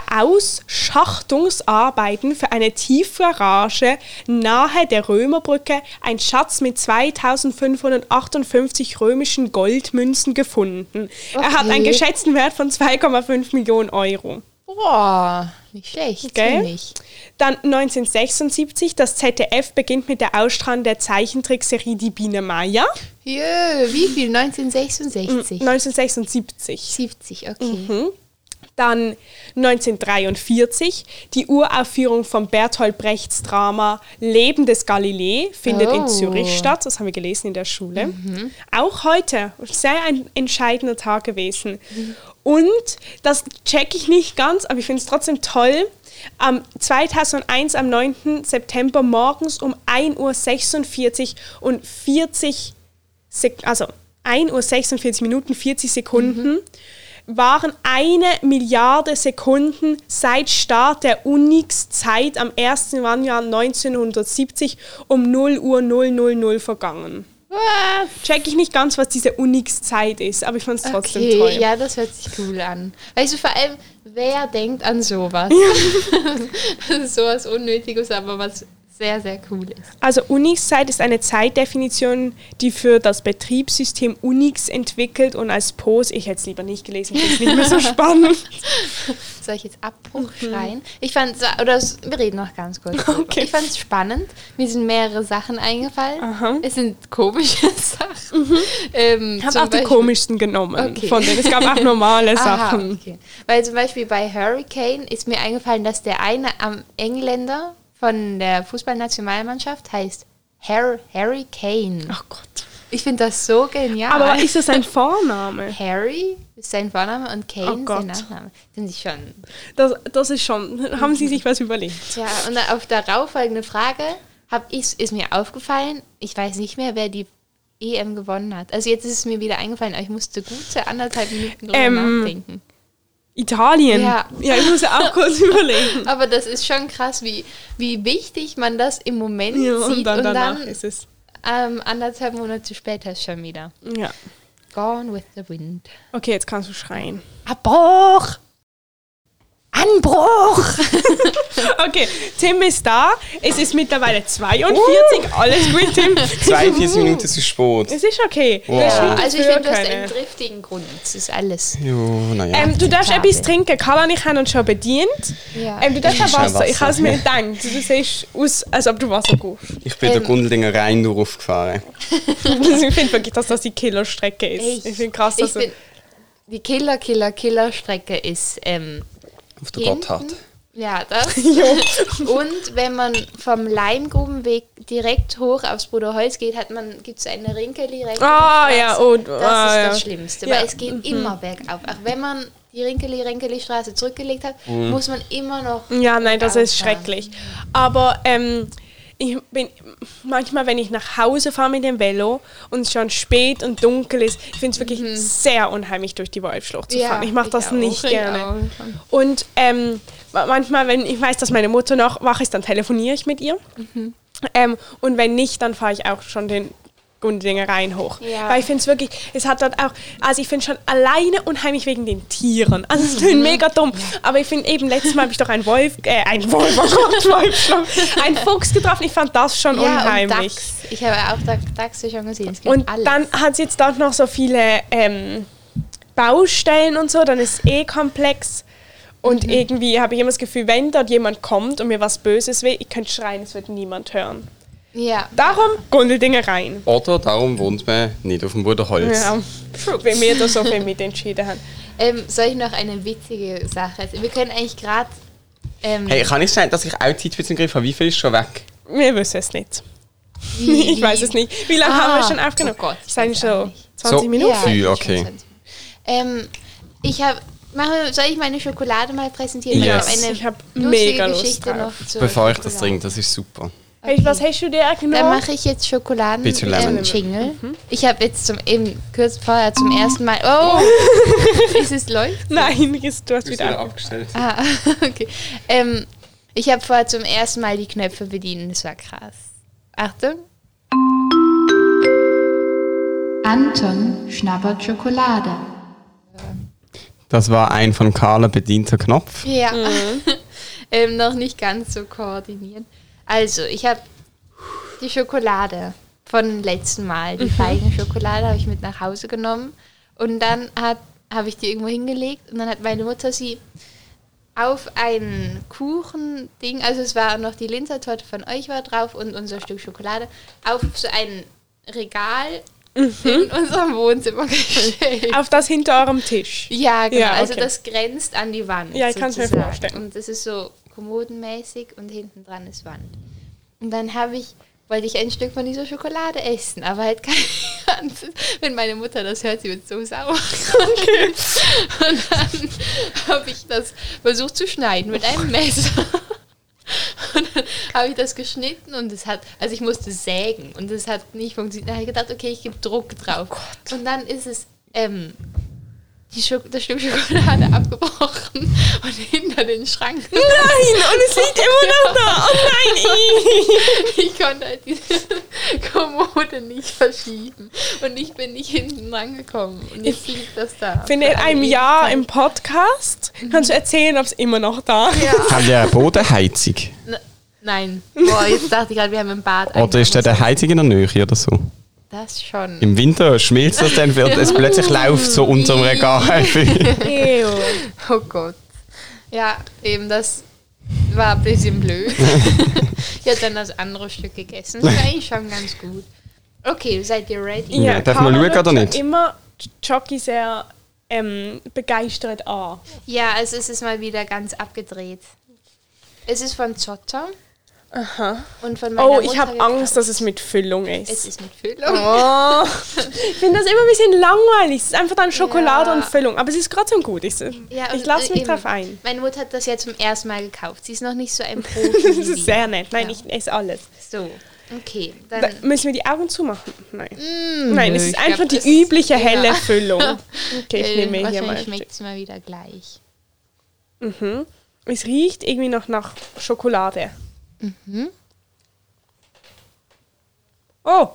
[SPEAKER 2] Ausschachtungsarbeiten für eine Tiefgarage nahe der Römerbrücke ein Schatz mit 2558 römischen Goldmünzen gefunden. Er hat einen
[SPEAKER 1] Okay.
[SPEAKER 2] geschätzten Wert von 2,5 Millionen Euro.
[SPEAKER 1] Boah, nicht schlecht.
[SPEAKER 2] Gell?
[SPEAKER 1] finde ich.
[SPEAKER 2] Dann 1976, das ZDF beginnt mit der Ausstrahlung der Zeichentrickserie Die Biene Maya.
[SPEAKER 1] Jö, wie viel?
[SPEAKER 2] Mhm.
[SPEAKER 1] 1966.
[SPEAKER 2] 1976.
[SPEAKER 1] 70, okay.
[SPEAKER 2] Dann 1943, die Uraufführung von Bertolt Brechts Drama Leben des Galilei findet in
[SPEAKER 1] Oh.
[SPEAKER 2] Zürich statt. Das haben wir gelesen in der Schule. Auch heute, sehr ein entscheidender Tag gewesen. Und das checke ich nicht ganz, aber ich finde es trotzdem toll. Am 2001, am 9. September morgens um 1.46 Uhr und 40 Sek also 1 Uhr 46 Minuten 40 Sekunden waren eine Milliarde Sekunden seit Start der Unix-Zeit am 1. Januar 1970 um 0 Uhr 000 vergangen.
[SPEAKER 1] Was?
[SPEAKER 2] Check ich nicht ganz, was diese Unix-Zeit ist, aber ich fand es trotzdem
[SPEAKER 1] okay,
[SPEAKER 2] toll.
[SPEAKER 1] ja, das hört sich cool an. Weißt du, vor allem, wer denkt an sowas? das ist sowas Unnötiges, aber was sehr, sehr cool ist.
[SPEAKER 2] Also Unix-Zeit ist eine Zeitdefinition, die für das Betriebssystem Unix entwickelt und als POS, ich hätte es lieber nicht gelesen, finde es nicht mehr so spannend.
[SPEAKER 1] Soll ich jetzt Abbruch schreien? Ich fand, oder s- wir reden noch ganz kurz. drüber.
[SPEAKER 2] Mhm. Okay.
[SPEAKER 1] Ich fand es spannend. Mir sind mehrere Sachen eingefallen. Es sind komische Sachen. Ähm,
[SPEAKER 2] Ich habe
[SPEAKER 1] zum
[SPEAKER 2] Mhm. auch die
[SPEAKER 1] Beispiel-
[SPEAKER 2] komischsten genommen
[SPEAKER 1] Okay.
[SPEAKER 2] von denen. Es gab auch normale
[SPEAKER 1] Aha,
[SPEAKER 2] Sachen.
[SPEAKER 1] okay. Weil zum Beispiel bei Hurricane ist mir eingefallen, dass der eine am Engländer von der Fußballnationalmannschaft heißt Har Harry Kane.
[SPEAKER 2] Ach Gott.
[SPEAKER 1] Ich finde das so genial.
[SPEAKER 2] Aber ist das ein Vorname?
[SPEAKER 1] Harry ist sein Vorname und Kane
[SPEAKER 2] Oh Gott.
[SPEAKER 1] sein Nachname. Sind sie schon.
[SPEAKER 2] Das, das ist schon. Haben Sie sich was überlegt?
[SPEAKER 1] Ja, und auf darauffolgende Frage hab ich, ist mir aufgefallen, ich weiß nicht mehr, wer die EM gewonnen hat. Also jetzt ist es mir wieder eingefallen, aber ich musste gute anderthalb Minuten drüber
[SPEAKER 2] Ähm,
[SPEAKER 1] nachdenken.
[SPEAKER 2] Italien.
[SPEAKER 1] Ja.
[SPEAKER 2] ja ich muss ja auch kurz überlegen.
[SPEAKER 1] Aber das ist schon krass, wie, wie wichtig man das im Moment
[SPEAKER 2] Ja,
[SPEAKER 1] sieht
[SPEAKER 2] und dann
[SPEAKER 1] und
[SPEAKER 2] danach
[SPEAKER 1] dann
[SPEAKER 2] ist es.
[SPEAKER 1] ähm, anderthalb Monate später schon wieder.
[SPEAKER 2] Ja.
[SPEAKER 1] Gone with the wind.
[SPEAKER 2] Okay, jetzt kannst du schreien.
[SPEAKER 1] Abbruch! Anbruch!
[SPEAKER 2] Okay, Tim ist da. Es ist mittlerweile 42.
[SPEAKER 1] Uh.
[SPEAKER 2] Alles gut, Tim.
[SPEAKER 5] 42 Minuten zu spät.
[SPEAKER 2] Es ist okay.
[SPEAKER 5] Wow.
[SPEAKER 2] Das
[SPEAKER 5] Ja,
[SPEAKER 2] stimmt
[SPEAKER 1] Also ich
[SPEAKER 2] dafür
[SPEAKER 1] finde, du hast
[SPEAKER 2] keine.
[SPEAKER 1] einen driftigen Grund. Das ist alles.
[SPEAKER 5] Ja, naja.
[SPEAKER 2] ähm, du darfst
[SPEAKER 1] Akzeptabel.
[SPEAKER 2] etwas trinken. Carla und ich haben uns schon bedient.
[SPEAKER 1] Ja.
[SPEAKER 2] Ähm, du darfst auch
[SPEAKER 5] Ich habe
[SPEAKER 2] Wasser. Ich habe es
[SPEAKER 5] Wasser.
[SPEAKER 2] mir gedacht. Du siehst aus, als ob du Wasser kaufst.
[SPEAKER 5] ich bin der Grundlinger rein nur aufgefahren.
[SPEAKER 2] Also ich finde wirklich, dass das die Killerstrecke ist.
[SPEAKER 1] Ich-
[SPEAKER 2] ich finde krass, dass
[SPEAKER 1] ich bin, die Killer, Killer, Killer Strecke ist ähm,
[SPEAKER 5] Auf der
[SPEAKER 1] hinten
[SPEAKER 5] Gotthard.
[SPEAKER 1] Ja, das.
[SPEAKER 2] Jo.
[SPEAKER 1] Und wenn man vom Leimgrubenweg direkt hoch aufs Bruderholz geht, hat man, gibt es eine Rinke direkt.
[SPEAKER 2] Ah, ja, oh,
[SPEAKER 1] das
[SPEAKER 2] ah,
[SPEAKER 1] ist das
[SPEAKER 2] ja.
[SPEAKER 1] Schlimmste,
[SPEAKER 2] Ja. mhm.
[SPEAKER 1] weil es geht immer bergauf. Auch wenn man die Rinkeli-Rinkeli-Straße zurückgelegt hat, muss man immer noch.
[SPEAKER 2] Ja, nein, das
[SPEAKER 1] bergauf
[SPEAKER 2] ist
[SPEAKER 1] fahren.
[SPEAKER 2] schrecklich. Aber ähm, ich bin manchmal, wenn ich nach Hause fahre mit dem Velo und es schon spät und dunkel ist, ich finde es wirklich sehr unheimlich, durch die Wolfschlucht zu
[SPEAKER 1] Mhm. Ja,
[SPEAKER 2] fahren. Ich mache
[SPEAKER 1] ich
[SPEAKER 2] das
[SPEAKER 1] auch,
[SPEAKER 2] nicht
[SPEAKER 1] ich
[SPEAKER 2] gerne. Und ähm, ma- manchmal, wenn ich weiß, dass meine Mutter noch wach ist, dann telefoniere ich mit ihr.
[SPEAKER 1] Mhm.
[SPEAKER 2] Ähm, und wenn nicht, dann fahre ich auch schon den Gundinger Rhein hoch.
[SPEAKER 1] Ja.
[SPEAKER 2] Weil ich finde es wirklich, es hat dort auch, also ich finde schon alleine unheimlich wegen den Tieren. Also es ist
[SPEAKER 1] Mhm.
[SPEAKER 2] mega dumm. Aber ich finde eben, letztes Mal habe ich doch einen Wolf, äh, einen Wolf, oh Gott, Wolfschlag, einen Fuchs getroffen. Ich fand das schon
[SPEAKER 1] Ja, und
[SPEAKER 2] unheimlich.
[SPEAKER 1] Dachs. Ich habe auch Dach- Dachse schon gesehen. Es gibt
[SPEAKER 2] Und
[SPEAKER 1] alles.
[SPEAKER 2] dann hat es jetzt auch noch so viele ähm, Baustellen und so, dann ist es eh komplex.
[SPEAKER 1] Mhm.
[SPEAKER 2] Und irgendwie habe ich immer das Gefühl, wenn dort jemand kommt und mir was Böses will, ich könnte schreien, es wird niemand hören.
[SPEAKER 1] ja.
[SPEAKER 2] Darum Gundeldinge rein.
[SPEAKER 5] Oder darum wohnt man nicht auf dem Bruderholz.
[SPEAKER 2] Ja, wenn wir da so viel mit entschieden haben.
[SPEAKER 1] Ähm, soll ich noch eine witzige Sache? erzählen? wir können eigentlich gerade. Ähm,
[SPEAKER 5] Hey, kann ich sagen, dass ich auch Zeit für den Griff habe? Wie viel ist schon weg?
[SPEAKER 2] Wir wissen es nicht.
[SPEAKER 1] wie-
[SPEAKER 2] Ich weiß es nicht. Wie lange haben wir
[SPEAKER 1] Ah,
[SPEAKER 2] schon aufgenommen?
[SPEAKER 1] oh Gott, ich
[SPEAKER 2] das sind
[SPEAKER 1] weiß auch
[SPEAKER 2] schon
[SPEAKER 1] nicht.
[SPEAKER 2] 20
[SPEAKER 5] So.
[SPEAKER 2] Minuten.
[SPEAKER 5] Viel,
[SPEAKER 1] das ist
[SPEAKER 5] okay.
[SPEAKER 1] schon so. Ähm, ich habe. Soll ich meine Schokolade mal präsentieren?
[SPEAKER 5] Yes.
[SPEAKER 1] habe
[SPEAKER 2] Ich hab mega Lust drauf.
[SPEAKER 1] zur
[SPEAKER 5] Bevor ich das
[SPEAKER 1] Schokolade.
[SPEAKER 5] trinke, das ist super.
[SPEAKER 2] Hey, Was hast du dir genommen?
[SPEAKER 1] Dann mache ich jetzt Schokoladen
[SPEAKER 5] Bitte Lemon.
[SPEAKER 1] ähm, Jingle.
[SPEAKER 2] Mhm.
[SPEAKER 1] Ich habe jetzt zum eben kurz vorher zum ersten Mal. Oh! ist es läuft?
[SPEAKER 2] Nein, Chris, du hast wieder ab.
[SPEAKER 5] abgestellt.
[SPEAKER 1] Ah, okay. Ähm, ich habe vorher zum ersten Mal die Knöpfe bedient. Das war krass. Achtung.
[SPEAKER 6] Anton schnabbert Schokolade.
[SPEAKER 5] Das war ein von Carla bedienter Knopf.
[SPEAKER 1] Ja. ähm, noch nicht ganz so koordiniert. Also, ich habe die Schokolade von letzten Mal, die Feigenschokolade, habe ich mit nach Hause genommen. Und dann hat- habe ich die irgendwo hingelegt und dann hat meine Mutter sie auf ein Kuchending, also es war noch die Linzertorte von euch war drauf und unser Stück Schokolade, auf so ein Regal in unserem Wohnzimmer gestellt.
[SPEAKER 2] Auf das hinter eurem Tisch.
[SPEAKER 1] Ja, genau.
[SPEAKER 2] Ja,
[SPEAKER 1] Also
[SPEAKER 2] okay.
[SPEAKER 1] das grenzt an die Wand.
[SPEAKER 2] Ja, ich kann's mir
[SPEAKER 1] sozusagen.
[SPEAKER 2] vorstellen.
[SPEAKER 1] Und das ist so kommodenmäßig und hinten dran ist Wand. Und dann habe ich, wollte ich ein Stück von dieser Schokolade essen, aber halt kein ganzes. Wenn meine Mutter das hört, sie wird so sauer. Und dann habe ich das versucht zu schneiden mit einem Messer. Und dann habe ich das geschnitten und es hat, also ich musste sägen und es hat nicht funktioniert. Dann habe ich gedacht, okay, ich gebe Druck drauf.
[SPEAKER 2] Oh
[SPEAKER 1] und dann ist es ähm, die Schok das Stück Schokolade abgebrochen und hinter den Schrank.
[SPEAKER 2] Nein, und es liegt immer noch da. Oh nein, ih.
[SPEAKER 1] Ich konnte halt diese Kommode nicht verschieben und ich bin nicht hinten rangekommen. Und jetzt liegt das da.
[SPEAKER 2] Wenn in einem Jahr im Podcast kannst du erzählen, ob es immer noch da ist.
[SPEAKER 5] Haben wir eine Bodenheizung?
[SPEAKER 1] N- Nein. Boah, jetzt dachte ich gerade, wir haben im Bad.
[SPEAKER 5] Oder ist da
[SPEAKER 1] eingebaut.
[SPEAKER 5] der Heizung in der Nähe oder so?
[SPEAKER 1] Das schon.
[SPEAKER 5] Im Winter schmilzt das dann, wird es plötzlich läuft so unterm Regal.
[SPEAKER 1] Oh Gott. Ja, eben das war ein bisschen blöd. ich habe dann das andere Stück gegessen. Das war eigentlich schon ganz gut. Okay, seid ihr ready?
[SPEAKER 5] Ja, darf man
[SPEAKER 2] Carla
[SPEAKER 5] schauen oder
[SPEAKER 2] schaut
[SPEAKER 5] nicht?
[SPEAKER 2] immer Jockey sehr ähm, begeistert an.
[SPEAKER 1] Ja, also es ist mal wieder ganz abgedreht. Es ist von Zotter. Aha. Und von meiner
[SPEAKER 2] Oh, ich
[SPEAKER 1] Mutter
[SPEAKER 2] habe
[SPEAKER 1] gekauft.
[SPEAKER 2] Angst, dass es mit Füllung ist.
[SPEAKER 1] Es ist mit Füllung.
[SPEAKER 2] Oh, ich finde das immer ein bisschen langweilig. Es ist einfach dann Schokolade
[SPEAKER 1] Ja.
[SPEAKER 2] und Füllung. Aber es ist gerade so gut. Ich,
[SPEAKER 1] Ja,
[SPEAKER 2] ich
[SPEAKER 1] und,
[SPEAKER 2] lasse
[SPEAKER 1] äh,
[SPEAKER 2] mich
[SPEAKER 1] eben.
[SPEAKER 2] drauf ein.
[SPEAKER 1] Meine Mutter hat das ja zum ersten Mal gekauft. Sie ist noch nicht so ein
[SPEAKER 2] Das
[SPEAKER 1] Profi. wie
[SPEAKER 2] ist
[SPEAKER 1] sie.
[SPEAKER 2] sehr nett. Nein, ich esse alles.
[SPEAKER 1] So, okay.
[SPEAKER 2] Da
[SPEAKER 1] Dann
[SPEAKER 2] müssen wir die Augen zumachen? Nein. Nein, es
[SPEAKER 1] Mm, nö,
[SPEAKER 2] ist
[SPEAKER 1] ich glaub,
[SPEAKER 2] einfach
[SPEAKER 1] das-
[SPEAKER 2] die übliche
[SPEAKER 1] ja.
[SPEAKER 2] helle Füllung. Okay, ich
[SPEAKER 1] äh,
[SPEAKER 2] nehme hier mal.
[SPEAKER 1] wahrscheinlich
[SPEAKER 2] ein
[SPEAKER 1] schmeckt es mal wieder gleich.
[SPEAKER 2] Stück. Es riecht irgendwie noch nach Schokolade. Oh!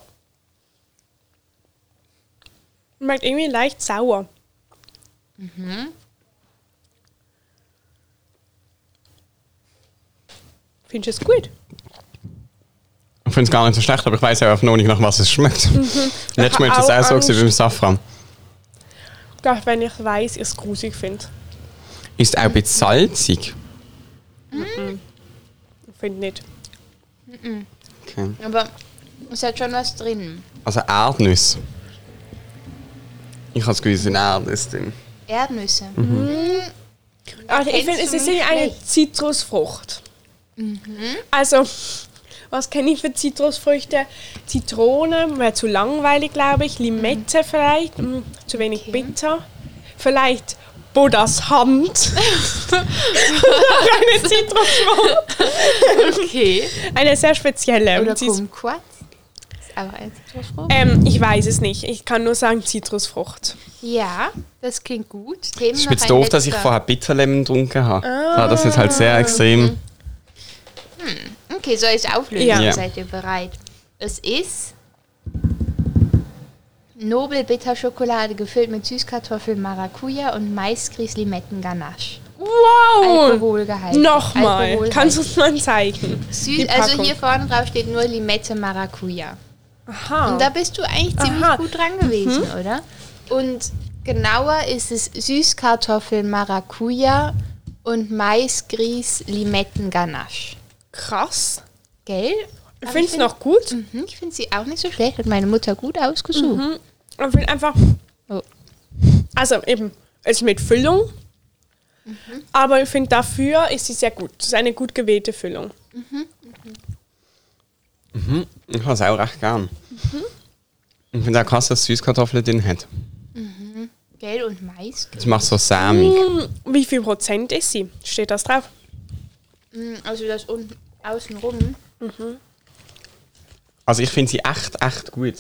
[SPEAKER 2] Schmeckt irgendwie leicht sauer. Findest du es gut?
[SPEAKER 5] Ich finde es gar nicht so schlecht, aber ich weiß ja auch noch nicht, nach was es schmeckt. Letztes Mal ist das
[SPEAKER 2] Auch
[SPEAKER 5] auch so
[SPEAKER 2] Angst.
[SPEAKER 5] gewesen beim Safran.
[SPEAKER 2] Ich glaube, wenn ich weiß, ich es grusig finde.
[SPEAKER 5] Ist auch ein bisschen salzig.
[SPEAKER 2] Ich finde nicht.
[SPEAKER 5] Okay.
[SPEAKER 1] Aber es hat schon was drin.
[SPEAKER 5] Also Erdnüsse. Ich habe es gewusst, in Erdnüsse drin.
[SPEAKER 1] Erdnüsse.
[SPEAKER 2] Also ich
[SPEAKER 1] kennt's
[SPEAKER 2] finde, es
[SPEAKER 1] für
[SPEAKER 2] ist
[SPEAKER 1] mich Mhm.
[SPEAKER 2] irgendwie eine
[SPEAKER 1] schlecht.
[SPEAKER 2] Zitrusfrucht. Also, was kenne ich für Zitrusfrüchte? Zitrone, wäre zu langweilig, glaube ich. Limette vielleicht, mm, zu wenig bitter. Vielleicht Buddhas Hand. eine Zitrusfrucht.
[SPEAKER 1] Okay.
[SPEAKER 2] Eine sehr spezielle.
[SPEAKER 1] Oder
[SPEAKER 2] Sie ist-
[SPEAKER 1] Kumquat. Ist auch ein Zitrusfrucht.
[SPEAKER 2] ähm, ich weiß es nicht. Ich kann nur sagen Zitrusfrucht.
[SPEAKER 1] Ja, das klingt gut. Themen
[SPEAKER 5] Es ist
[SPEAKER 1] noch
[SPEAKER 5] jetzt
[SPEAKER 1] ein
[SPEAKER 5] doof, dass ich
[SPEAKER 1] letzter.
[SPEAKER 5] vorher Bitterlemon getrunken habe. Ah, das ist halt sehr extrem.
[SPEAKER 1] Okay, soll ich auflösen?
[SPEAKER 2] Ja.
[SPEAKER 5] Ja.
[SPEAKER 1] Seid ihr bereit? Es ist Nobel-Bitter-Schokolade gefüllt mit Süßkartoffel, Maracuja und Mais-Grieß-Limetten-Ganache.
[SPEAKER 2] Wow!
[SPEAKER 1] Alkoholgehalt.
[SPEAKER 2] Nochmal.
[SPEAKER 1] Alkoholhaltig.
[SPEAKER 2] Kannst du es Oh, mal zeigen?
[SPEAKER 1] Süß,
[SPEAKER 2] die
[SPEAKER 1] also
[SPEAKER 2] Packung.
[SPEAKER 1] hier vorne drauf steht nur Limette Maracuja.
[SPEAKER 2] Aha.
[SPEAKER 1] Und da bist du eigentlich ziemlich
[SPEAKER 2] Aha. Mhm.
[SPEAKER 1] gut dran gewesen, oder? Und genauer ist es Süßkartoffel Maracuja und Maisgrieß Limetten Ganache.
[SPEAKER 2] Krass.
[SPEAKER 1] Gell?
[SPEAKER 2] Ich
[SPEAKER 1] Aber
[SPEAKER 2] finde es
[SPEAKER 1] find-
[SPEAKER 2] noch gut.
[SPEAKER 1] Mhm, ich finde sie auch nicht so schlecht. Hat meine Mutter gut ausgesucht.
[SPEAKER 2] Mhm. Ich will einfach.
[SPEAKER 1] Oh.
[SPEAKER 2] Also eben, es ist mit Füllung.
[SPEAKER 5] Mhm.
[SPEAKER 2] Aber ich finde, dafür ist sie sehr gut. Es ist eine gut gewählte Füllung.
[SPEAKER 5] Ich habe es auch recht gern. Ich finde auch krass, dass Süßkartoffeln drin hat.
[SPEAKER 1] Gell und Mais.
[SPEAKER 5] Das macht so sämig.
[SPEAKER 2] Mhm. Hm, Wie viel Prozent ist sie? Steht das drauf?
[SPEAKER 1] Mhm, Also das unten außenrum.
[SPEAKER 5] Also ich finde sie echt, echt gut.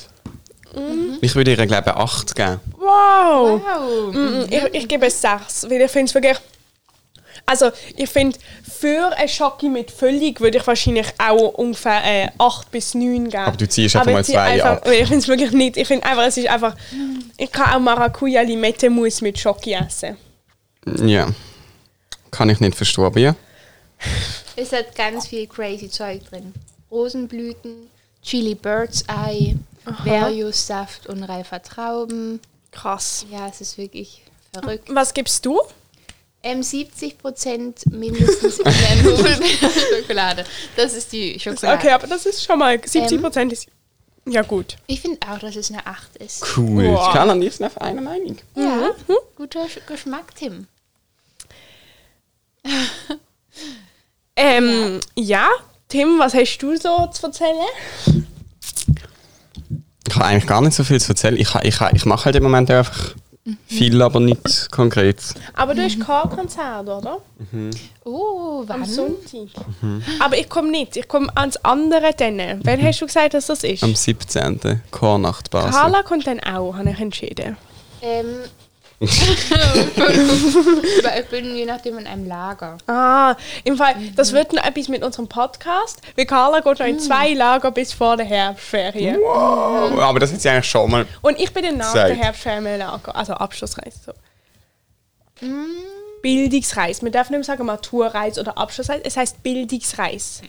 [SPEAKER 5] Ich würde ihr, glaube ich, 8 geben.
[SPEAKER 2] Wow!
[SPEAKER 1] Wow.
[SPEAKER 2] Mhm. Ich, ich gebe es 6, weil ich finde es wirklich... Also ich finde, für ein Schocke mit Füllung würde ich wahrscheinlich auch ungefähr äh, 8 bis 9 geben. Aber
[SPEAKER 5] du ziehst einfach mal
[SPEAKER 2] ich zieh
[SPEAKER 5] zwei
[SPEAKER 2] einfach,
[SPEAKER 5] ab.
[SPEAKER 2] Ich finde es wirklich nicht. Ich finde einfach, es ist einfach... Ich kann auch Maracuja-Limette-Mousse mit Schocke essen.
[SPEAKER 5] Ja. Kann ich nicht verstehen, aber ja.
[SPEAKER 1] Es hat ganz viel crazy Zeug drin. Rosenblüten, Chili Bird's Eye, Berrius-Saft und reifer Trauben.
[SPEAKER 2] Krass.
[SPEAKER 1] Ja, es ist wirklich verrückt.
[SPEAKER 2] Was gibst du?
[SPEAKER 1] Ähm, 70% mindestens in der Nobelbeerschokolade. Das ist die Schokolade.
[SPEAKER 2] Okay, aber das ist schon mal 70 Prozent. ist Ja, gut.
[SPEAKER 1] Ich finde auch, dass es eine 8 ist.
[SPEAKER 5] Cool.
[SPEAKER 2] Wow.
[SPEAKER 5] Ich kann am liebsten auf eine Meinung.
[SPEAKER 1] Ja,
[SPEAKER 2] Mhm.
[SPEAKER 1] guter Sch- Geschmack, Tim.
[SPEAKER 2] Ähm, ja. Tim, was hast du so zu erzählen?
[SPEAKER 5] Ich habe eigentlich gar nicht so viel zu erzählen. Ich, ha- ich, ha- ich mache halt im Moment einfach viel, aber nicht konkret.
[SPEAKER 2] Aber du hast kein Konzert, oder?
[SPEAKER 1] Oh,
[SPEAKER 2] Am
[SPEAKER 1] wann?
[SPEAKER 2] Sonntag.
[SPEAKER 5] Mhm.
[SPEAKER 2] Aber ich komme nicht. Ich komme ans andere dann. Wen hast du gesagt, dass das ist?
[SPEAKER 5] Am 17. Chornacht Basel.
[SPEAKER 2] Carla kommt dann auch, habe ich entschieden.
[SPEAKER 1] Ähm, ich bin je nachdem in einem Lager.
[SPEAKER 2] Ah, im Fall, das wird noch etwas mit unserem Podcast, weil Carla geht noch in zwei Lager bis vor der Herbstferien.
[SPEAKER 5] Wow. Aber das hat sie eigentlich schon mal.
[SPEAKER 2] Und ich bin dann nach
[SPEAKER 5] Sagt.
[SPEAKER 2] der Herbstferienlager, also Abschlussreise. So. Bildungsreis. Man darf nicht mehr sagen Maturreis oder Abschlussreis, es heißt Bildungsreis.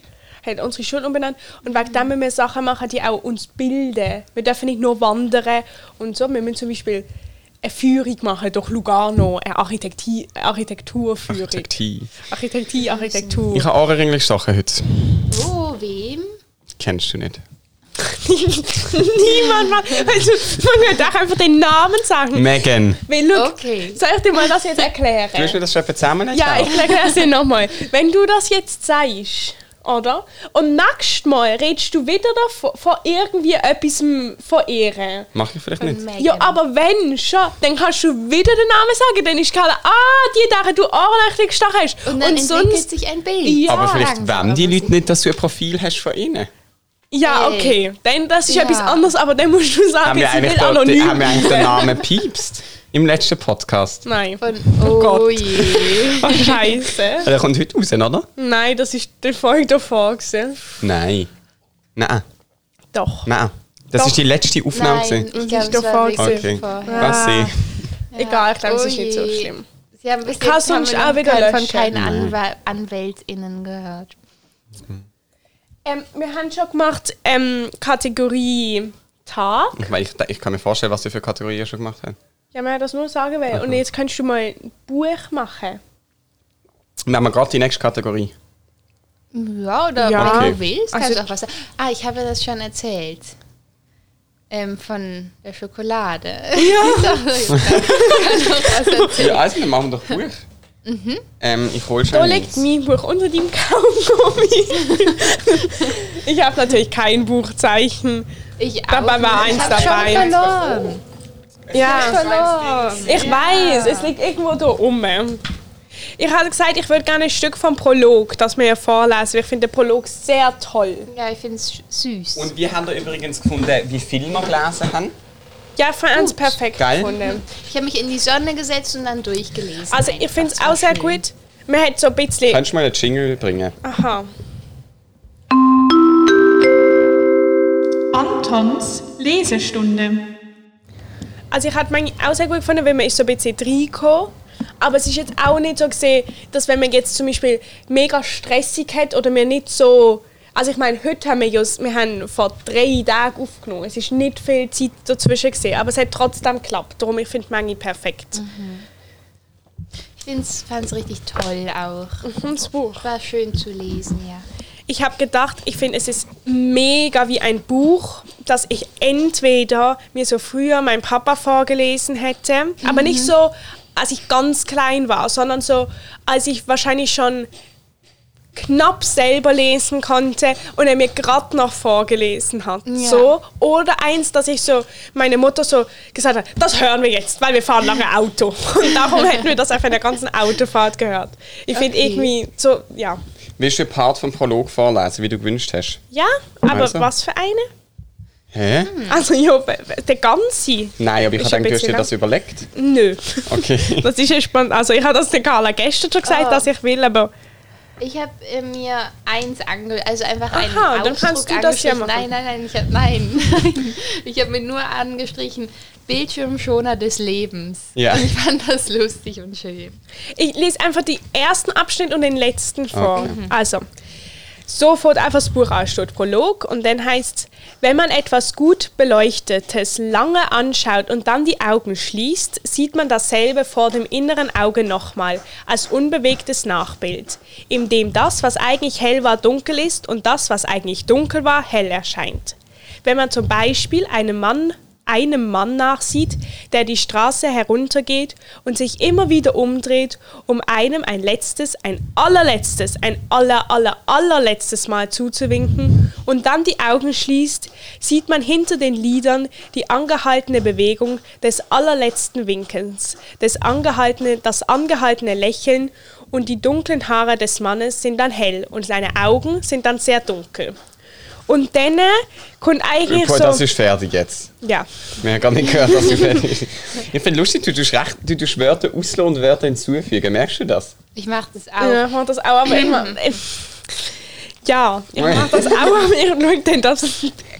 [SPEAKER 2] Hat unsere Schule umbenannt. Und wegen dem müssen wir Sachen machen, die auch uns bilden. Wir dürfen nicht nur wandern und so. Wir müssen zum Beispiel eine Führung machen durch Lugano, eine Architekti- Architekturführung.
[SPEAKER 5] Architektie.
[SPEAKER 2] Architektie, Architektur.
[SPEAKER 5] Ich habe auch eigentlich Sachen heute.
[SPEAKER 1] Oh, wem?
[SPEAKER 5] Kennst du nicht.
[SPEAKER 2] Niemand macht. Also, man könnte auch einfach den Namen sagen.
[SPEAKER 5] Megan.
[SPEAKER 2] Weil, look,
[SPEAKER 1] Okay.
[SPEAKER 2] soll ich dir mal das jetzt erklären?
[SPEAKER 5] Du willst mir das schon etwa zusammen
[SPEAKER 2] Ja, ich erkläre es dir nochmal. Wenn du das jetzt sagst, oder? Und nächstes Mal redest du wieder davon, von irgendwie etwas von ihr.
[SPEAKER 5] Mach ich vielleicht nicht.
[SPEAKER 1] Megan.
[SPEAKER 2] Ja, aber wenn schon, dann kannst du wieder den Namen sagen. Dann ist klar, ah, die, deren du Ohrenleuchte gestochen hast.
[SPEAKER 1] Und dann entwickelt sich ein Bild.
[SPEAKER 2] Ja,
[SPEAKER 5] aber vielleicht
[SPEAKER 1] langsam,
[SPEAKER 5] wollen die
[SPEAKER 1] aber
[SPEAKER 5] Leute nicht, dass du ein Profil hast von ihnen.
[SPEAKER 2] Ja,
[SPEAKER 1] Ey.
[SPEAKER 2] okay. Dann, das ist
[SPEAKER 1] Ja.
[SPEAKER 2] etwas anderes, aber dann musst du sagen,
[SPEAKER 5] Haben wir,
[SPEAKER 2] sie
[SPEAKER 5] eigentlich
[SPEAKER 2] will
[SPEAKER 5] da,
[SPEAKER 2] anonym.
[SPEAKER 5] die, haben wir eigentlich den
[SPEAKER 2] bleiben.
[SPEAKER 5] Namen piepst im letzten Podcast?
[SPEAKER 2] Nein.
[SPEAKER 1] Von, oh,
[SPEAKER 2] Gott.
[SPEAKER 1] je.
[SPEAKER 2] Ah, Scheiße.
[SPEAKER 5] Der kommt heute raus, oder?
[SPEAKER 2] Nein, das ist der Folge davor. gewesen.
[SPEAKER 5] Nein. Nein,
[SPEAKER 2] Doch.
[SPEAKER 5] nein. Das
[SPEAKER 2] Doch.
[SPEAKER 5] ist die letzte Aufnahme.
[SPEAKER 1] Nein,
[SPEAKER 5] gewesen.
[SPEAKER 1] ich
[SPEAKER 2] Das
[SPEAKER 1] glaube,
[SPEAKER 2] ist
[SPEAKER 1] es
[SPEAKER 2] doch
[SPEAKER 1] war
[SPEAKER 2] voll
[SPEAKER 1] wirklich
[SPEAKER 5] Okay.
[SPEAKER 1] vorher.
[SPEAKER 5] Was sie?
[SPEAKER 2] Egal, ich glaube, es
[SPEAKER 1] Oh
[SPEAKER 2] ist nicht so
[SPEAKER 1] je.
[SPEAKER 2] schlimm.
[SPEAKER 1] Sie haben bis
[SPEAKER 2] Kann
[SPEAKER 1] jetzt haben
[SPEAKER 2] sonst
[SPEAKER 1] wir
[SPEAKER 2] auch
[SPEAKER 1] noch
[SPEAKER 2] wieder
[SPEAKER 1] kein- von
[SPEAKER 2] löschen.
[SPEAKER 1] keinen Anwä AnwältInnen gehört.
[SPEAKER 2] Ähm, wir haben schon gemacht ähm, Kategorie Tag.
[SPEAKER 5] Weil ich, ich kann mir vorstellen, was du für Kategorien ihr schon gemacht hast.
[SPEAKER 2] Ja, man hat das nur sagen will. Und jetzt kannst du mal ein Buch machen.
[SPEAKER 5] Wir haben gerade die nächste Kategorie.
[SPEAKER 1] Ja, oder
[SPEAKER 2] Ja.
[SPEAKER 5] Okay.
[SPEAKER 1] wenn du willst, kannst
[SPEAKER 2] Also-
[SPEAKER 1] du auch was sagen. Ah, ich habe das schon erzählt. Ähm, von der Schokolade. Ja.
[SPEAKER 5] Ja, also, dann machen wir doch Buch. Ähm, ich hol
[SPEAKER 2] Mhm. Da
[SPEAKER 5] schnell
[SPEAKER 2] liegt mein
[SPEAKER 5] meins.
[SPEAKER 2] Buch unter deinem Kaugummi. ich habe natürlich kein Buchzeichen.
[SPEAKER 1] Ich auch.
[SPEAKER 2] Dabei war
[SPEAKER 1] nicht.
[SPEAKER 2] eins
[SPEAKER 1] ich hab
[SPEAKER 2] dabei.
[SPEAKER 1] Schon verloren.
[SPEAKER 2] Ja,
[SPEAKER 1] verloren.
[SPEAKER 2] ich weiß, es liegt irgendwo da rum. Ich hatte gesagt, ich würde gerne ein Stück vom Prolog, das wir ja vorlesen. weil Ich finde den Prolog sehr toll.
[SPEAKER 1] Ja, ich finde es süß.
[SPEAKER 5] Und wir haben da übrigens gefunden, wie viel wir gelesen haben.
[SPEAKER 2] Ja, ich fand es perfekt
[SPEAKER 5] Geil.
[SPEAKER 2] gefunden.
[SPEAKER 1] ich habe mich in die Sonne gesetzt und dann durchgelesen.
[SPEAKER 2] Also ich finde es auch sehr gut. Man hat so ein bisschen...
[SPEAKER 5] Kannst du mal einen Jingle bringen?
[SPEAKER 2] Aha.
[SPEAKER 7] Antons Lesestunde.
[SPEAKER 2] Also ich hatte meine auch sehr gut gefunden, weil man ist so ein bisschen reingekommen. Aber es ist jetzt auch nicht so gesehen, dass wenn man jetzt zum Beispiel mega stressig hat oder wir nicht so... Also ich meine, heute haben wir ja, wir haben vor drei Tagen aufgenommen. Es ist nicht viel Zeit dazwischen gesehen, aber es hat trotzdem geklappt. Darum, ich finde die Menge perfekt.
[SPEAKER 1] Ich fand es richtig toll auch.
[SPEAKER 2] Und Mhm, das Buch.
[SPEAKER 1] War schön zu lesen, ja.
[SPEAKER 2] Ich habe gedacht, ich finde, es ist mega wie ein Buch, das ich entweder mir so früher mein Papa vorgelesen hätte, aber nicht so, als ich ganz klein war, sondern so, als ich wahrscheinlich schon knapp selber lesen konnte und er mir gerade noch vorgelesen hat. So. Oder eins, dass ich so, meine Mutter so gesagt hat, das hören wir jetzt, weil wir fahren lange Auto. Und darum hätten wir das auf einer ganzen Autofahrt gehört. Ich finde
[SPEAKER 1] Okay.
[SPEAKER 2] irgendwie so, ja.
[SPEAKER 5] Willst du einen Part vom Prolog vorlesen, wie du gewünscht hast?
[SPEAKER 2] Ja, aber
[SPEAKER 5] Also.
[SPEAKER 2] was für eine?
[SPEAKER 5] Hä?
[SPEAKER 2] Also ja, b- b- der ganze?
[SPEAKER 5] Nein, aber ich
[SPEAKER 2] Ist
[SPEAKER 5] habe
[SPEAKER 2] ein
[SPEAKER 5] gedacht, du hast dir
[SPEAKER 2] bisschen
[SPEAKER 5] das überlegt.
[SPEAKER 2] lang. Nö.
[SPEAKER 5] Okay.
[SPEAKER 2] Das ist ja spannend. Also ich habe das der Carla gestern schon gesagt,
[SPEAKER 1] Ah.
[SPEAKER 2] dass ich will, aber
[SPEAKER 1] Ich habe äh, mir eins ange... Also einfach einen
[SPEAKER 2] Aha, dann
[SPEAKER 1] Ausdruck
[SPEAKER 2] kannst du das ja
[SPEAKER 1] angestrichen.
[SPEAKER 2] machen.
[SPEAKER 1] Nein, nein, nein. Ich habe nein. ich habe mir nur angestrichen, Bildschirmschoner des Lebens.
[SPEAKER 5] Ja.
[SPEAKER 1] Und ich fand das lustig und schön.
[SPEAKER 2] ich lese einfach die ersten Abschnitt und den letzten vor.
[SPEAKER 5] Okay.
[SPEAKER 2] Also, sofort einfach das Buch ansteht, Prolog, und dann heißt es, wenn man etwas gut Beleuchtetes lange anschaut und dann die Augen schließt, sieht man dasselbe vor dem inneren Auge nochmal, als unbewegtes Nachbild, in dem das, was eigentlich hell war, dunkel ist und das, was eigentlich dunkel war, hell erscheint. Wenn man zum Beispiel einem Mann, einem Mann nachsieht, der die Straße heruntergeht und sich immer wieder umdreht, um einem ein letztes, ein allerletztes, ein aller, aller, allerletztes Mal zuzuwinken und dann die Augen schließt, sieht man hinter den Lidern die angehaltene Bewegung des allerletzten Winkens, des angehaltene, das angehaltene Lächeln und die dunklen Haare des Mannes sind dann hell und seine Augen sind dann sehr dunkel. Und dann kommt eigentlich
[SPEAKER 5] Gut, das
[SPEAKER 2] so.
[SPEAKER 5] ist fertig jetzt.
[SPEAKER 2] Ja.
[SPEAKER 5] Wir haben gar nicht gehört, dass du fertig bist. Ich finde lustig, du tust, recht, du tust Wörter auslösen und Wörter hinzufügen. Merkst du das?
[SPEAKER 1] Ich mache das auch.
[SPEAKER 2] ja, ich mach das auch, aber immer. Ja, ich mach das auch, aber ich schaue dann, dass es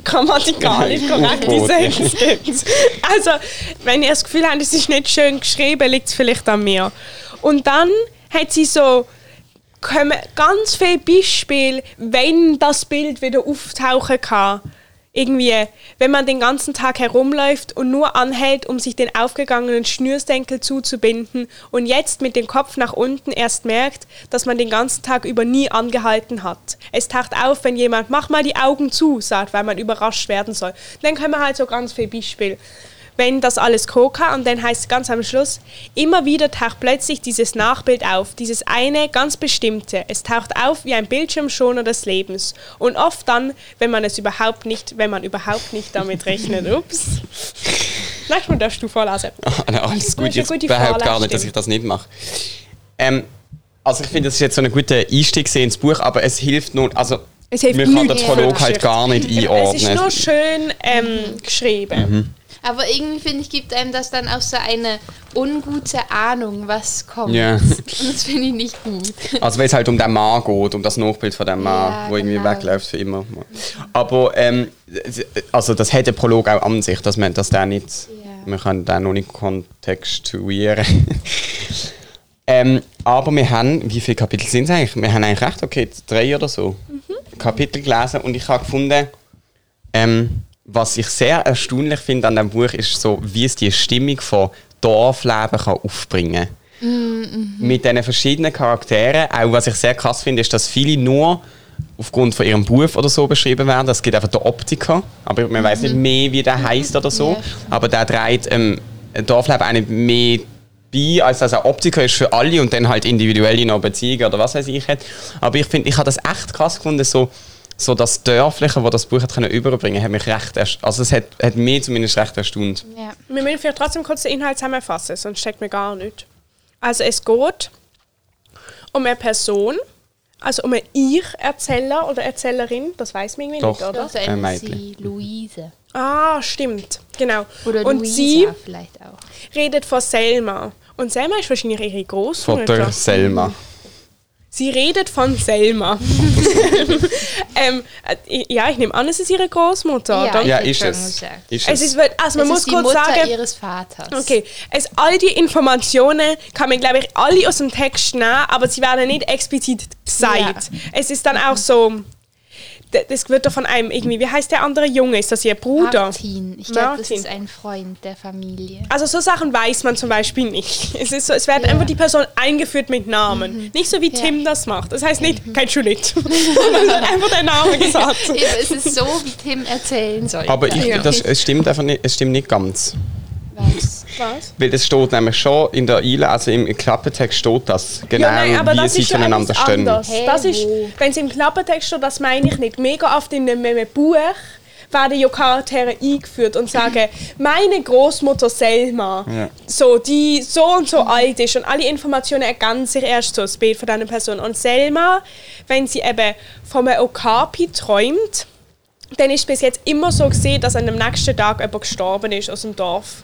[SPEAKER 2] grammatikalisch korrekt
[SPEAKER 5] Oh,
[SPEAKER 2] ist. Also, wenn ihr das Gefühl habt, es ist nicht schön geschrieben, liegt es vielleicht an mir. Und dann hat sie so kommen ganz viele Beispiele, wenn das Bild wieder auftauchen kann. Irgendwie, wenn man den ganzen Tag herumläuft und nur anhält, um sich den aufgegangenen Schnürsenkel zuzubinden und jetzt mit dem Kopf nach unten erst merkt, dass man den ganzen Tag über nie angehalten hat. Es taucht auf, wenn jemand, mach mal die Augen zu, sagt, weil man überrascht werden soll. Dann können wir halt so ganz viele Beispiele wenn das alles Coca und dann heißt es ganz am Schluss, immer wieder taucht plötzlich dieses Nachbild auf, dieses eine ganz bestimmte. Es taucht auf wie ein Bildschirmschoner des Lebens und oft dann, wenn man es überhaupt nicht, wenn man überhaupt nicht damit rechnet. Ups. Manchmal darfst du vorlesen.
[SPEAKER 5] Alle, alles
[SPEAKER 2] Du
[SPEAKER 5] gut,
[SPEAKER 2] hast eine
[SPEAKER 5] ich
[SPEAKER 2] gute
[SPEAKER 5] behaupte gar
[SPEAKER 2] Vorlage,
[SPEAKER 5] nicht, dass
[SPEAKER 2] stimmt.
[SPEAKER 5] ich das nicht mache. Ähm, also ich finde, das ist jetzt so ein guter Einstieg ins Buch, aber es hilft nun, also
[SPEAKER 2] Es hilft
[SPEAKER 5] wir können
[SPEAKER 2] nichts
[SPEAKER 5] den
[SPEAKER 2] für die
[SPEAKER 5] Prolog halt
[SPEAKER 2] Geschichte.
[SPEAKER 5] gar nicht
[SPEAKER 2] Es
[SPEAKER 5] einordnen.
[SPEAKER 2] ist nur schön ähm, geschrieben.
[SPEAKER 1] Aber irgendwie finde ich, gibt einem das dann auch so eine ungute Ahnung, was kommt.
[SPEAKER 5] Ja.
[SPEAKER 1] Und das finde ich nicht gut.
[SPEAKER 5] Also weil es halt um den Mann geht, um das Nachbild von dem Mann,
[SPEAKER 1] Ja,
[SPEAKER 5] wo irgendwie
[SPEAKER 1] genau.
[SPEAKER 5] wegläuft für immer. Aber ähm, also das hat der Prolog auch an sich, dass man das da nicht,
[SPEAKER 1] Ja.
[SPEAKER 5] man kann da noch nicht kontextuieren. ähm, aber wir haben, wie viele Kapitel sind es eigentlich? Wir haben eigentlich recht, okay, drei oder so
[SPEAKER 1] Mhm.
[SPEAKER 5] Kapitel gelesen und ich habe gefunden, ähm, was ich sehr erstaunlich finde an dem Buch ist so, wie es die Stimmung von Dorfleben kann aufbringen kann mit diesen verschiedenen Charakteren. Auch was ich sehr krass finde, ist, dass viele nur aufgrund von ihrem Beruf oder so beschrieben werden. Es gibt einfach den Optiker, aber man weiß nicht mehr, wie der heißt oder so.
[SPEAKER 1] Ja, stimmt.
[SPEAKER 5] aber der trägt ähm, Dorfleben eine mehr bei, als dass ein Optiker ist für alle und dann halt individuelle noch Beziehungen oder was weiß ich hat. Aber ich finde, ich habe das echt krass gefunden, so, so das Dörfliche, wo das Buch hat können überbringen, hat mich recht, erst- also es hat, hat mich zumindest recht erstaunt.
[SPEAKER 1] Ja.
[SPEAKER 2] Wir müssen vielleicht trotzdem kurz den Inhalt zusammenfassen, sonst steckt mir gar nicht. Also es geht um eine Person, also um einen Ich-Erzähler oder Erzählerin, das weiß man irgendwie
[SPEAKER 5] Doch.
[SPEAKER 2] nicht, oder?
[SPEAKER 1] Das
[SPEAKER 5] Ein
[SPEAKER 1] eine
[SPEAKER 5] Mädchen.
[SPEAKER 1] sie Luise.
[SPEAKER 2] Ah, stimmt, genau.
[SPEAKER 1] Oder
[SPEAKER 2] Und
[SPEAKER 1] Luisa
[SPEAKER 2] sie
[SPEAKER 1] vielleicht auch.
[SPEAKER 2] redet von Selma. Und Selma ist wahrscheinlich ihre
[SPEAKER 5] Von
[SPEAKER 2] Großmutter.
[SPEAKER 5] der Selma.
[SPEAKER 2] Sie redet von Selma. ähm, äh, ja, ich nehme an, es ist ihre Großmutter, oder?
[SPEAKER 5] Ja,
[SPEAKER 1] ich
[SPEAKER 5] ist
[SPEAKER 1] hätte schon
[SPEAKER 5] es.
[SPEAKER 1] gesagt.
[SPEAKER 5] Ist
[SPEAKER 2] Es
[SPEAKER 5] es.
[SPEAKER 2] ist, weil- also man
[SPEAKER 1] es
[SPEAKER 2] muss
[SPEAKER 1] ist die
[SPEAKER 2] kurz
[SPEAKER 1] Mutter
[SPEAKER 2] sagen,
[SPEAKER 1] ihres Vaters.
[SPEAKER 2] Okay, es, all die Informationen kann man, glaube ich, alle aus dem Text nehmen, aber sie werden nicht explizit gesagt. Es ist dann auch so, d- das wird doch von einem irgendwie, wie heißt der andere Junge? Ist das ihr Bruder?
[SPEAKER 1] Martin. Ich glaube, das
[SPEAKER 2] Martin.
[SPEAKER 1] ist ein Freund der Familie.
[SPEAKER 2] Also so Sachen weiß man zum Beispiel nicht. Es, ist so, es wird
[SPEAKER 1] Ja.
[SPEAKER 2] einfach die Person eingeführt mit Namen. Nicht so wie Tim das macht. Das heißt nicht, kein Juliet. Sondern es wird einfach der Name gesagt.
[SPEAKER 1] Eben, Also, es ist so, wie Tim erzählen soll.
[SPEAKER 5] Aber ich,
[SPEAKER 2] Ja.
[SPEAKER 5] das, es stimmt einfach nicht, es stimmt nicht ganz.
[SPEAKER 1] Was?
[SPEAKER 2] Was?
[SPEAKER 5] Weil das steht nämlich schon in der Eile, also im Klappentext steht das, genau
[SPEAKER 2] Ja, nein, aber
[SPEAKER 5] wie
[SPEAKER 2] das
[SPEAKER 5] sie
[SPEAKER 2] ist schon
[SPEAKER 5] zueinander
[SPEAKER 2] etwas
[SPEAKER 5] stehen.
[SPEAKER 2] anders.
[SPEAKER 1] Hey,
[SPEAKER 2] das ist,
[SPEAKER 1] wo?
[SPEAKER 2] wenn es im Klappentext steht, das meine ich nicht. Mega oft in einem einem Buch werden ja Charaktere eingeführt und sagen, meine Großmutter Selma,
[SPEAKER 5] Ja.
[SPEAKER 2] so, die so und so alt ist und alle Informationen ergänzen sich erst so, das Bild von einer Person. Und Selma, wenn sie eben von einem Okapi träumt, dann ist bis jetzt immer so gesehen, dass an dem nächsten Tag jemand gestorben ist aus dem Dorf.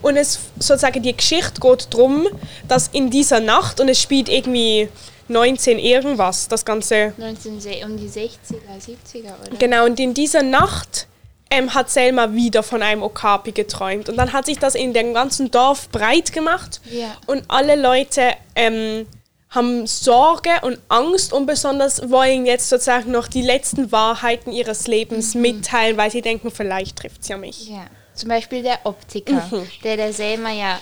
[SPEAKER 2] Und es sozusagen die Geschichte geht darum, dass in dieser Nacht und es spielt irgendwie 19 irgendwas, das ganze
[SPEAKER 1] 19, um die 60er, 70er, oder?
[SPEAKER 2] Genau, und in dieser Nacht ähm, hat Selma wieder von einem Okapi geträumt. Und dann hat sich das in dem ganzen Dorf breit gemacht.
[SPEAKER 1] Ja.
[SPEAKER 2] Und alle Leute ähm, haben Sorge und Angst und besonders wollen jetzt sozusagen noch die letzten Wahrheiten ihres Lebens mitteilen, weil sie denken, vielleicht trifft es ja mich.
[SPEAKER 1] Ja. Zum Beispiel der Optiker, der der Selma ja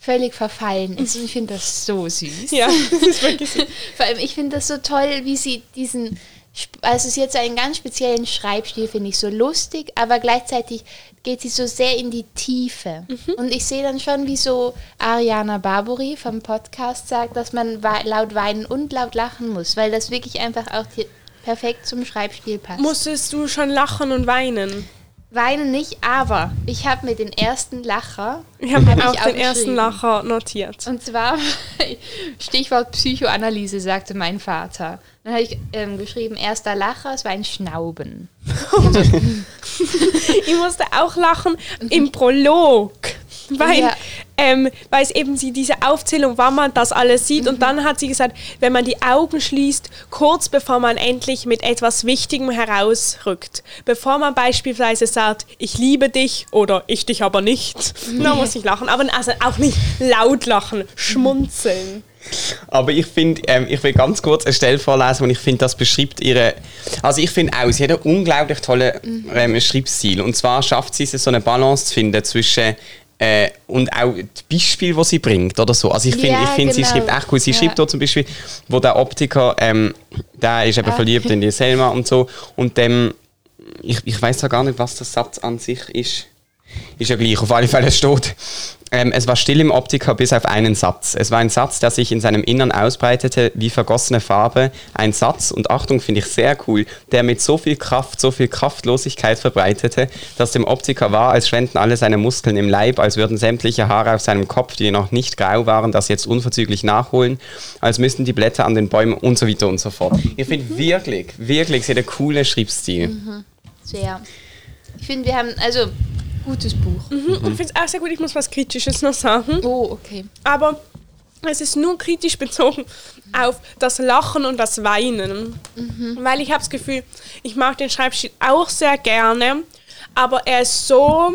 [SPEAKER 1] völlig verfallen ist. Und ich finde das so süß.
[SPEAKER 2] Ja, das ist wirklich so.
[SPEAKER 1] Vor allem, ich finde das so toll, wie sie diesen. Sp- Also, sie hat so einen ganz speziellen Schreibstil, finde ich so lustig, aber gleichzeitig geht sie so sehr in die Tiefe.
[SPEAKER 2] Mhm.
[SPEAKER 1] Und ich sehe dann schon, wie so Ariana Barbori vom Podcast sagt, dass man wa- laut weinen und laut lachen muss, weil das wirklich einfach auch die- perfekt zum Schreibstil passt.
[SPEAKER 2] Musstest du schon lachen und weinen?
[SPEAKER 1] Weinen nicht, aber ich habe mir den ersten Lacher.
[SPEAKER 2] Ich habe
[SPEAKER 1] hab
[SPEAKER 2] auch den ersten
[SPEAKER 1] aufgeschrieben.
[SPEAKER 2] Lacher notiert.
[SPEAKER 1] Und zwar, Stichwort Psychoanalyse, sagte mein Vater. Dann habe ich ähm, geschrieben, erster Lacher, es war ein Schnauben.
[SPEAKER 2] ich musste auch lachen im Prolog. Weil,
[SPEAKER 1] Ja.
[SPEAKER 2] ähm, weil es eben sie, diese Aufzählung, wann man das alles sieht. Und dann hat sie gesagt, wenn man die Augen schließt, kurz bevor man endlich mit etwas Wichtigem herausrückt. Bevor man beispielsweise sagt, ich liebe dich oder ich dich aber nicht. Da muss ich lachen. Aber also auch nicht laut lachen, schmunzeln.
[SPEAKER 5] Aber ich finde, ähm, ich will ganz kurz eine Stelle vorlesen, und ich finde, das beschreibt ihre. Also ich finde auch, sie hat einen unglaublich tollen
[SPEAKER 2] Mhm.
[SPEAKER 5] ähm, Schreibstil. Und zwar schafft sie es, so eine Balance zu finden zwischen äh, und auch die Beispiele, die sie bringt oder so. Also ich finde,
[SPEAKER 1] Ja,
[SPEAKER 5] ich finde,
[SPEAKER 1] genau.
[SPEAKER 5] sie schreibt echt gut. Sie
[SPEAKER 1] Ja.
[SPEAKER 5] schreibt dort zum Beispiel, wo der Optiker, ähm, der ist eben
[SPEAKER 2] Ah.
[SPEAKER 5] verliebt in die Selma und so. Und dem, ich, ich weiß ja gar nicht, was der Satz an sich ist. Ist ja gleich, auf alle Fälle es steht. Ähm, es war still im Optiker bis auf einen Satz. Es war ein Satz, der sich in seinem Innern ausbreitete wie vergossene Farbe. Ein Satz, und Achtung, finde ich sehr cool, der mit so viel Kraft, so viel Kraftlosigkeit verbreitete, dass dem Optiker war, als schwänden alle seine Muskeln im Leib, als würden sämtliche Haare auf seinem Kopf, die noch nicht grau waren, das jetzt unverzüglich nachholen, als müssten die Blätter an den Bäumen und so weiter und so fort. Ich finde wirklich, wirklich, sie hat einen coolen Schreibstil.
[SPEAKER 1] Sehr. Ich finde, wir haben, also, gutes Buch.
[SPEAKER 2] Und finde es auch sehr gut, ich muss was Kritisches noch sagen.
[SPEAKER 1] Oh, okay.
[SPEAKER 2] aber es ist nur kritisch bezogen auf das Lachen und das Weinen. Weil ich habe das Gefühl, ich mag den Schreibstil auch sehr gerne, aber er ist so,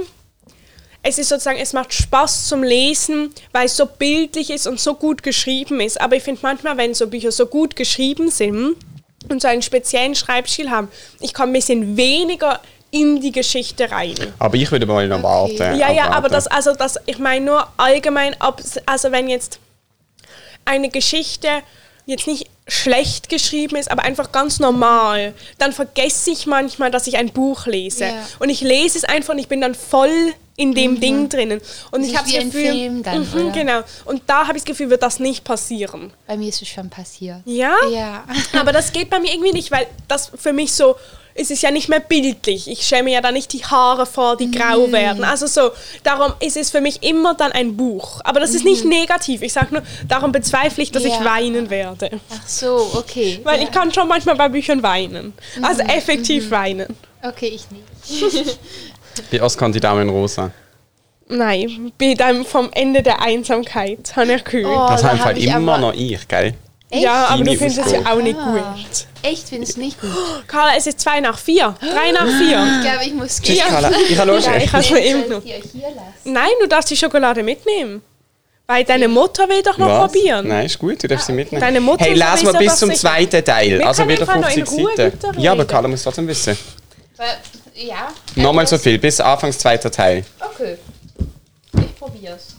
[SPEAKER 2] es ist sozusagen, es macht Spaß zum Lesen, weil es so bildlich ist und so gut geschrieben ist. Aber ich finde manchmal, wenn so Bücher so gut geschrieben sind und so einen speziellen Schreibstil haben, ich komme ein bisschen weniger in die Geschichte rein.
[SPEAKER 5] Aber ich würde mal noch
[SPEAKER 1] Okay.
[SPEAKER 5] warten.
[SPEAKER 2] Ja, ja, aber
[SPEAKER 5] abwarten.
[SPEAKER 2] das, also das, ich meine nur allgemein, ob, also wenn jetzt eine Geschichte jetzt nicht schlecht geschrieben ist, aber einfach ganz normal, dann vergesse ich manchmal, dass ich ein Buch lese.
[SPEAKER 1] Ja. Mhm.
[SPEAKER 2] Und ich lese es einfach und ich bin dann voll in dem Ding drinnen. Und
[SPEAKER 1] Das
[SPEAKER 2] ich
[SPEAKER 1] ist
[SPEAKER 2] habe
[SPEAKER 1] wie
[SPEAKER 2] das
[SPEAKER 1] ein
[SPEAKER 2] Gefühl,
[SPEAKER 1] Film dann,
[SPEAKER 2] Mhm,
[SPEAKER 1] oder?
[SPEAKER 2] genau. Und da habe ich das Gefühl, wird das nicht passieren.
[SPEAKER 1] Bei mir ist es schon passiert.
[SPEAKER 2] Ja?
[SPEAKER 1] Ja.
[SPEAKER 2] Aber das geht bei mir irgendwie nicht, weil das für mich so, es ist ja nicht mehr bildlich. Ich schäme ja da nicht die Haare vor, die grau werden. Also so, darum ist es für mich immer dann ein Buch. Aber das ist nicht negativ. Ich sage nur, darum bezweifle ich, dass
[SPEAKER 1] Mhm. Ja.
[SPEAKER 2] ich weinen werde.
[SPEAKER 1] Ach so, okay.
[SPEAKER 2] Weil ich kann schon manchmal bei Büchern weinen. Also
[SPEAKER 1] Mhm.
[SPEAKER 2] effektiv weinen.
[SPEAKER 1] Okay, ich nicht.
[SPEAKER 5] Bei Oscar und die Dame in Rosa.
[SPEAKER 2] Nein, bin dann vom Ende der Einsamkeit, habe Ah, ich gehört.
[SPEAKER 1] Oh,
[SPEAKER 5] das
[SPEAKER 1] da
[SPEAKER 5] haben im
[SPEAKER 1] hab
[SPEAKER 5] Fall
[SPEAKER 1] ich
[SPEAKER 5] immer
[SPEAKER 1] aber-
[SPEAKER 5] noch ich, gell?
[SPEAKER 2] ja, aber du
[SPEAKER 5] Die
[SPEAKER 2] findest es
[SPEAKER 5] Nico.
[SPEAKER 2] ja auch nicht
[SPEAKER 1] Ah.
[SPEAKER 2] gut.
[SPEAKER 1] Echt, finde ich nicht gut.
[SPEAKER 2] Carla, es ist zwei nach vier. Drei nach vier.
[SPEAKER 1] Ich glaube, ich muss
[SPEAKER 5] Tschüss,
[SPEAKER 1] gehen.
[SPEAKER 5] Carla. Ich habe los.
[SPEAKER 2] Ja, ich habe es mir eben genommen.
[SPEAKER 1] Soll ich die euch hier lassen?
[SPEAKER 2] Nein, du darfst die Schokolade mitnehmen. Weil deine Mutter will doch noch
[SPEAKER 5] Was?
[SPEAKER 2] probieren. Ah,
[SPEAKER 5] Nein, ist gut, du darfst sie mitnehmen.
[SPEAKER 2] Deine Mutter
[SPEAKER 5] hey,
[SPEAKER 2] ist
[SPEAKER 5] lass mal
[SPEAKER 2] sowieso
[SPEAKER 5] bis zum
[SPEAKER 2] das
[SPEAKER 5] zweiten Teil.
[SPEAKER 2] Wir
[SPEAKER 5] also
[SPEAKER 2] können
[SPEAKER 5] wieder
[SPEAKER 2] einfach noch in
[SPEAKER 5] 50
[SPEAKER 2] Ruhe
[SPEAKER 5] Seiten.
[SPEAKER 2] weiterreden.
[SPEAKER 5] Ja, aber Carla muss trotzdem wissen.
[SPEAKER 1] Weil- Äh, Ja.
[SPEAKER 5] Nochmal so
[SPEAKER 1] Also,
[SPEAKER 5] viel, bis Anfangs zweiter Teil.
[SPEAKER 1] Okay. Ich probier's.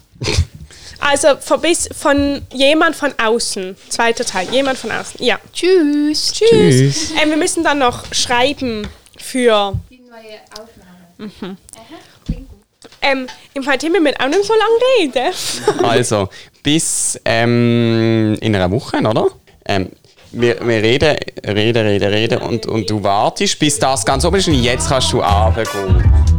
[SPEAKER 2] Also von, bis, von jemand von außen. Zweiter Teil. Jemand von außen. Ja.
[SPEAKER 1] Tschüss.
[SPEAKER 2] Tschüss. Ähm, wir müssen dann noch schreiben für.
[SPEAKER 1] Die neue Aufnahme. Mhm. Aha, klingt gut.
[SPEAKER 2] Ähm, Im Fall Tim, wir müssen auch nicht so lange reden.
[SPEAKER 5] Also, bis ähm, in einer Woche, oder? Ähm, wir, wir reden, reden, reden, reden und, und du wartest, bis das ganz oben ist und jetzt kannst du runtergehen.